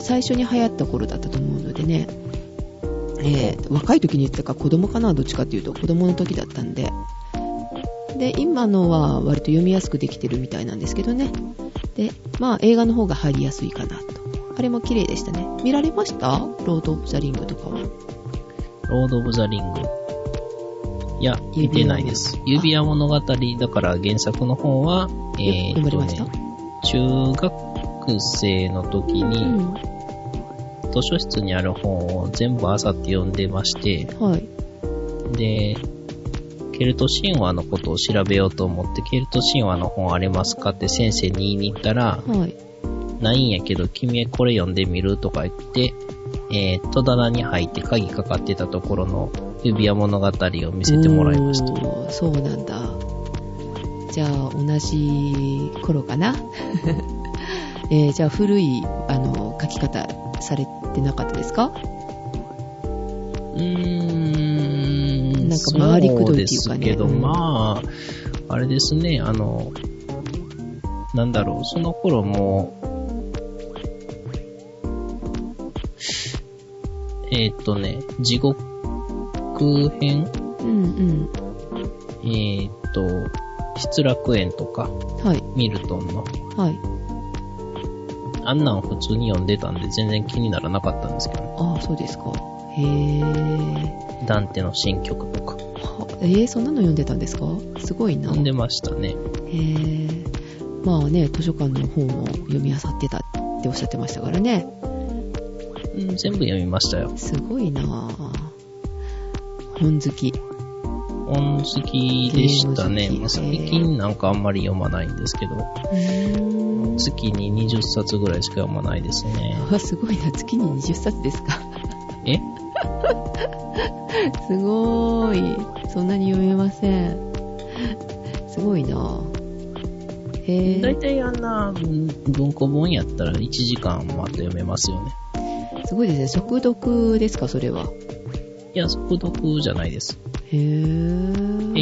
[SPEAKER 1] 最初に流行った頃だったと思うのでね。えー若い時に言ってたか子供かな、どっちかっていうと子供の時だったんで。で、今のは割と読みやすくできてるみたいなんですけどね。で、まあ映画の方が入りやすいかなと。あれも綺麗でしたね。見られましたロード・オブ・ザ・リングとかは。
[SPEAKER 2] ロード・オブ・ザ・リング。いや、見てないです。指輪物語、だから原作の方は、え
[SPEAKER 1] 読ま
[SPEAKER 2] ー、っ
[SPEAKER 1] れ
[SPEAKER 2] と
[SPEAKER 1] ました
[SPEAKER 2] ね、中学生の時に、
[SPEAKER 1] ん。
[SPEAKER 2] 図書室にある本を全部朝って読んでまして、
[SPEAKER 1] はい。
[SPEAKER 2] で、ケルト神話のことを調べようと思って、ケルト神話の本ありますかって先生に言いに行ったら、
[SPEAKER 1] はい。
[SPEAKER 2] ないんやけど、君これ読んでみるとか言って、えー、戸棚に入って鍵かかってたところの指輪物語を見せてもらいました。
[SPEAKER 1] おーそうなんだ。じゃあ、同じ頃かな。 えーじゃあ、古い、あの、書き方されてなかったですか
[SPEAKER 2] うーん。
[SPEAKER 1] なんか回りくどいっていう
[SPEAKER 2] そ
[SPEAKER 1] かね
[SPEAKER 2] ですけど、
[SPEAKER 1] うん
[SPEAKER 2] まあ、あれですね、あの、なんだろう、その頃もう、えーっ、とね、地獄編、
[SPEAKER 1] うん
[SPEAKER 2] えーっ、と、失楽園とか、
[SPEAKER 1] うん。はい。
[SPEAKER 2] ミルトンの、
[SPEAKER 1] はい。
[SPEAKER 2] あんなん普通に読んでたんで全然気にならなかったんですけどね、
[SPEAKER 1] ああ、そうですか。へえ。
[SPEAKER 2] ダンテの新曲とか、
[SPEAKER 1] はえー、そんなの読んでたんですかすごいな。
[SPEAKER 2] 読んでましたね。
[SPEAKER 1] へえ。まあね、図書館の本を読み漁ってたっておっしゃってましたからね。
[SPEAKER 2] うん全部読みましたよ。
[SPEAKER 1] すごいな本好き。
[SPEAKER 2] 本好きでしたね
[SPEAKER 1] ゲー。ム好き
[SPEAKER 2] 最近なんかあんまり読まないんですけど、月に20冊ぐらいしか読まないですね。
[SPEAKER 1] あすごいな。月に20冊ですか。
[SPEAKER 2] え
[SPEAKER 1] すごい。そんなに読めません。すごいなへ
[SPEAKER 2] だ
[SPEAKER 1] え
[SPEAKER 2] い。たいあんなうん文庫本やったら1時間また読めますよね。
[SPEAKER 1] すごいですね。速読ですか、それは。
[SPEAKER 2] いや、速読じゃないです。
[SPEAKER 1] へ
[SPEAKER 2] ペ
[SPEAKER 1] え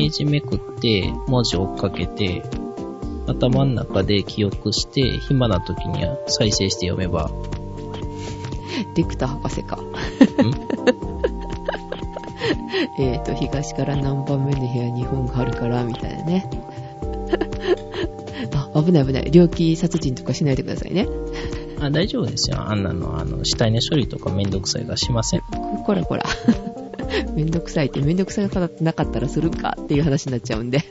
[SPEAKER 2] ー。ジめくって、文字追っかけて、頭の中で記憶して、暇な時には再生して読めば、
[SPEAKER 1] ディクター博士か。えっと、東から何番目の部屋に本があるから、みたいなね。 あ、危ない危ない。猟奇殺人とかしないでくださいね。
[SPEAKER 2] あ大丈夫ですよ。あんなの、あの、死体の処理とかめんどくさいからしません。
[SPEAKER 1] こら こら。めんどくさいって、めんどくさくなかったらするかっていう話になっちゃうんで。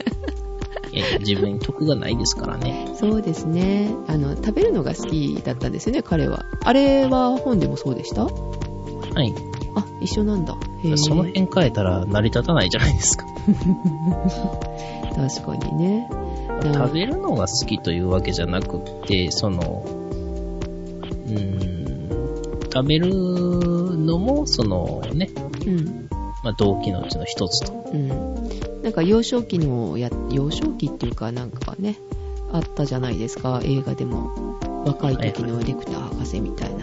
[SPEAKER 2] え自分に得がないですからね。
[SPEAKER 1] そうですね。あの、食べるのが好きだったんですよね、彼は。あれは本でもそうでした
[SPEAKER 2] はい。
[SPEAKER 1] あ、一緒なんだ。へー
[SPEAKER 2] その辺変えたら成り立たないじゃないですか。
[SPEAKER 1] 確かにね。うん
[SPEAKER 2] 食べるのが好きというわけじゃなくって、その、うーん、食べるのも、そのね、
[SPEAKER 1] うん。
[SPEAKER 2] まあ、動機のうちの一つと。
[SPEAKER 1] うん、なんか幼少期のや幼少期っていうかなんかねあったじゃないですか映画でも若い時のディクター博士みたいな、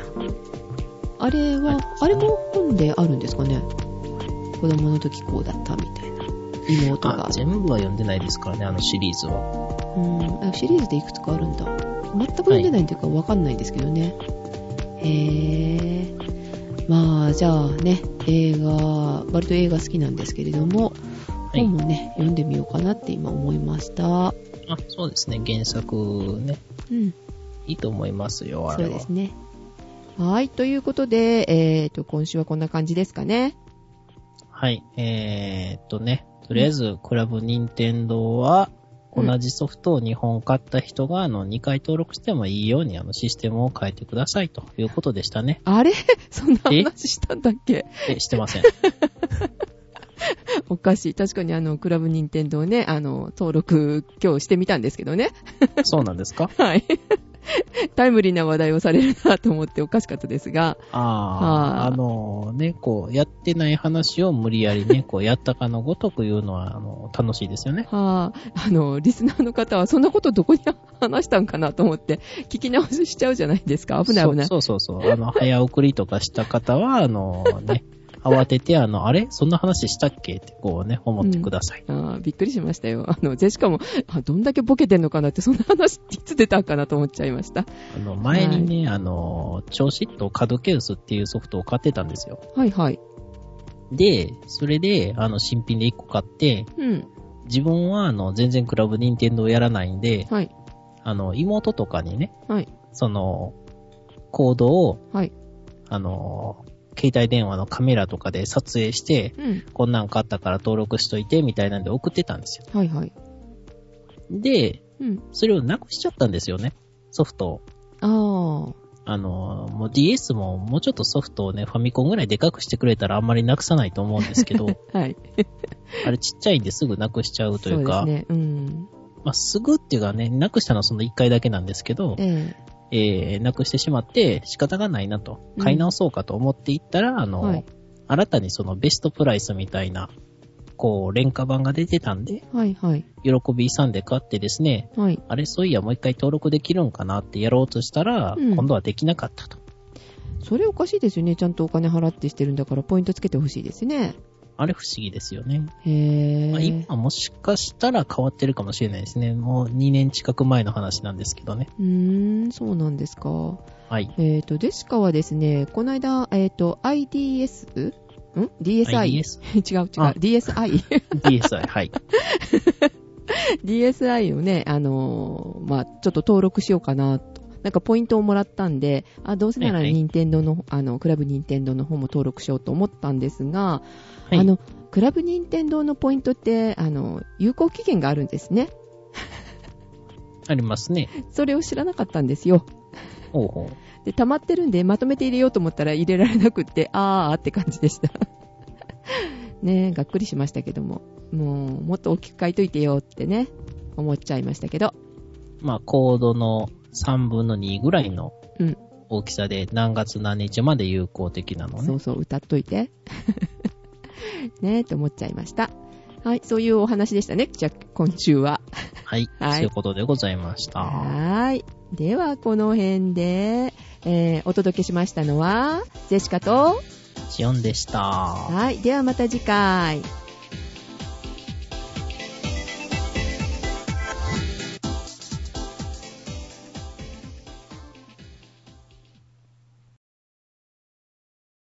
[SPEAKER 1] あれは、あれも本であるんですかね子供の時こうだったみたいな妹が
[SPEAKER 2] あ、全部は読んでないですからね、あのシリーズは。
[SPEAKER 1] うんあシリーズでいくつかあるんだ全く読んでないというかわかんないんですけどね、へえまあじゃあね映画割と映画好きなんですけれども
[SPEAKER 2] はい。
[SPEAKER 1] 本もね、読んでみようかなって今思いました。
[SPEAKER 2] あ、そうですね、原作ね、
[SPEAKER 1] うん、
[SPEAKER 2] いいと思いますよ、あ
[SPEAKER 1] そ
[SPEAKER 2] れ
[SPEAKER 1] う
[SPEAKER 2] は。
[SPEAKER 1] ですね。はい、ということで、えーと、今週はこんな感じですかね。
[SPEAKER 2] はい。えー、っとね、とりあえず、クラブ任天堂は、
[SPEAKER 1] うん
[SPEAKER 2] 同じソフトを2本買った人が、あの、2回登録してもいいように、あの、システムを変えてくださいということでしたね。
[SPEAKER 1] あれ そんな
[SPEAKER 2] え
[SPEAKER 1] 話したんだっけ
[SPEAKER 2] え、してま せん。
[SPEAKER 1] おかしい。確かにあの、クラブ任天堂ね、あの、登録今日してみたんですけどね。
[SPEAKER 2] そうなんですか
[SPEAKER 1] はい。 タイムリーな話題をされるなと思っておかしかったですが、
[SPEAKER 2] ああ、
[SPEAKER 1] あ
[SPEAKER 2] あのね、こう、やってない話を無理やりね、こう、やったかのごとく言うのは、あの、楽しいですよね。
[SPEAKER 1] はあ、あの、リスナーの方はそんなことどこに話したんかなと思って、聞き直ししちゃうじゃないですか。危ない危ない。
[SPEAKER 2] そうそうそうそう。あの、早送りとかした方は、あのね、慌てて、あの、あれそんな話したっけって、こうね、思ってください。
[SPEAKER 1] あーびっくりしましたよ。あの、ジェシカも、あ、どんだけボケてんのかなって、そんな話、いつ出たんかなと思っちゃいました。
[SPEAKER 2] あの、前にね、あの、超シットカドケウスっていうソフトを買ってたんですよ。
[SPEAKER 1] はいはい。
[SPEAKER 2] で、それで、あの、新品で1個買って、
[SPEAKER 1] うん。
[SPEAKER 2] 自分は、あの、全然クラブ任天堂やらないんで、
[SPEAKER 1] はい。
[SPEAKER 2] あの、妹とかにね、
[SPEAKER 1] はい。
[SPEAKER 2] その、コードを、
[SPEAKER 1] はい。
[SPEAKER 2] あの、携帯電話のカメラとかで撮影して、
[SPEAKER 1] うん。
[SPEAKER 2] こんなん買ったから登録しといて、みたいなんで送ってたんですよ。
[SPEAKER 1] はいはい。
[SPEAKER 2] で、
[SPEAKER 1] うん。
[SPEAKER 2] それをなくしちゃったんですよね、ソフトを。
[SPEAKER 1] あ
[SPEAKER 2] あの、もう DS ももうちょっとソフトをね、ファミコンぐらいでかくしてくれたらあんまりなくさないと思うんですけど、
[SPEAKER 1] あ。はい。
[SPEAKER 2] あれちっちゃいんですぐなくしちゃうと
[SPEAKER 1] そ
[SPEAKER 2] いうう
[SPEAKER 1] です
[SPEAKER 2] か、
[SPEAKER 1] ね。うん。
[SPEAKER 2] まあ、すぐっていうかね、なくしたのはその1回だけなんですけど、
[SPEAKER 1] ええ
[SPEAKER 2] えー、なくしてしまって仕方がないなと、
[SPEAKER 1] うん
[SPEAKER 2] 買い直そうかと思っていったら、あの、
[SPEAKER 1] はい
[SPEAKER 2] 新たにそのベストプライスみたいな、こう、廉価版が出てたんで、
[SPEAKER 1] はいはい。
[SPEAKER 2] 喜びさんで買ってですね、
[SPEAKER 1] はい。
[SPEAKER 2] あれ、そういやもう一回登録できるんかなってやろうとしたら、
[SPEAKER 1] うん
[SPEAKER 2] 今度はできなかったと。
[SPEAKER 1] それおかしいですよね。ちゃんとお金払ってしてるんだから、ポイントつけてほしいですね。
[SPEAKER 2] あれ不思議ですよね。
[SPEAKER 1] へぇ
[SPEAKER 2] まあ、
[SPEAKER 1] ー。
[SPEAKER 2] 今もしかしたら変わってるかもしれないですね。もう2年近く前の話なんですけどね。
[SPEAKER 1] うーん、そうなんですか。
[SPEAKER 2] はい。
[SPEAKER 1] えっ、と、デシカはですね、この間、えっ、と、IDS? ん ?DSI?
[SPEAKER 2] IDS
[SPEAKER 1] 違う違う。
[SPEAKER 2] あ
[SPEAKER 1] DSI?
[SPEAKER 2] DSI、はい。
[SPEAKER 1] DSI をね、あのーまあ、ちょっと登録しようかなと。なんかポイントをもらったんで、あ、どうせなら
[SPEAKER 2] はいはい
[SPEAKER 1] 任天堂の、あの、クラブ任天堂の方も登録しようと思ったんですが、
[SPEAKER 2] はい、
[SPEAKER 1] あの、クラブ任天堂のポイントって、あの、有効期限があるんですね。
[SPEAKER 2] ありますね。
[SPEAKER 1] それを知らなかったんですよ。
[SPEAKER 2] ほうほう。
[SPEAKER 1] で、溜まってるんで、まとめて入れようと思ったら入れられなくって、あーって感じでした。 ねえ、がっくりしましたけども。もう、もっと大きく書いといてよってね、思っちゃいましたけど。
[SPEAKER 2] まあ、コードの3分の2ぐらいの
[SPEAKER 1] うん
[SPEAKER 2] 大きさで何月何日まで有効的なの
[SPEAKER 1] そ
[SPEAKER 2] ね
[SPEAKER 1] う。そう、歌っといて。 ねえ、って思っちゃいました。はい、そういうお話でしたね。じゃあ、今週は。
[SPEAKER 2] はい。
[SPEAKER 1] はい
[SPEAKER 2] そういうことでございました。
[SPEAKER 1] はーい。では、この辺で、えー、お届けしましたのは、ジェシカと、
[SPEAKER 2] シオンでした。
[SPEAKER 1] はい、ではまた次回。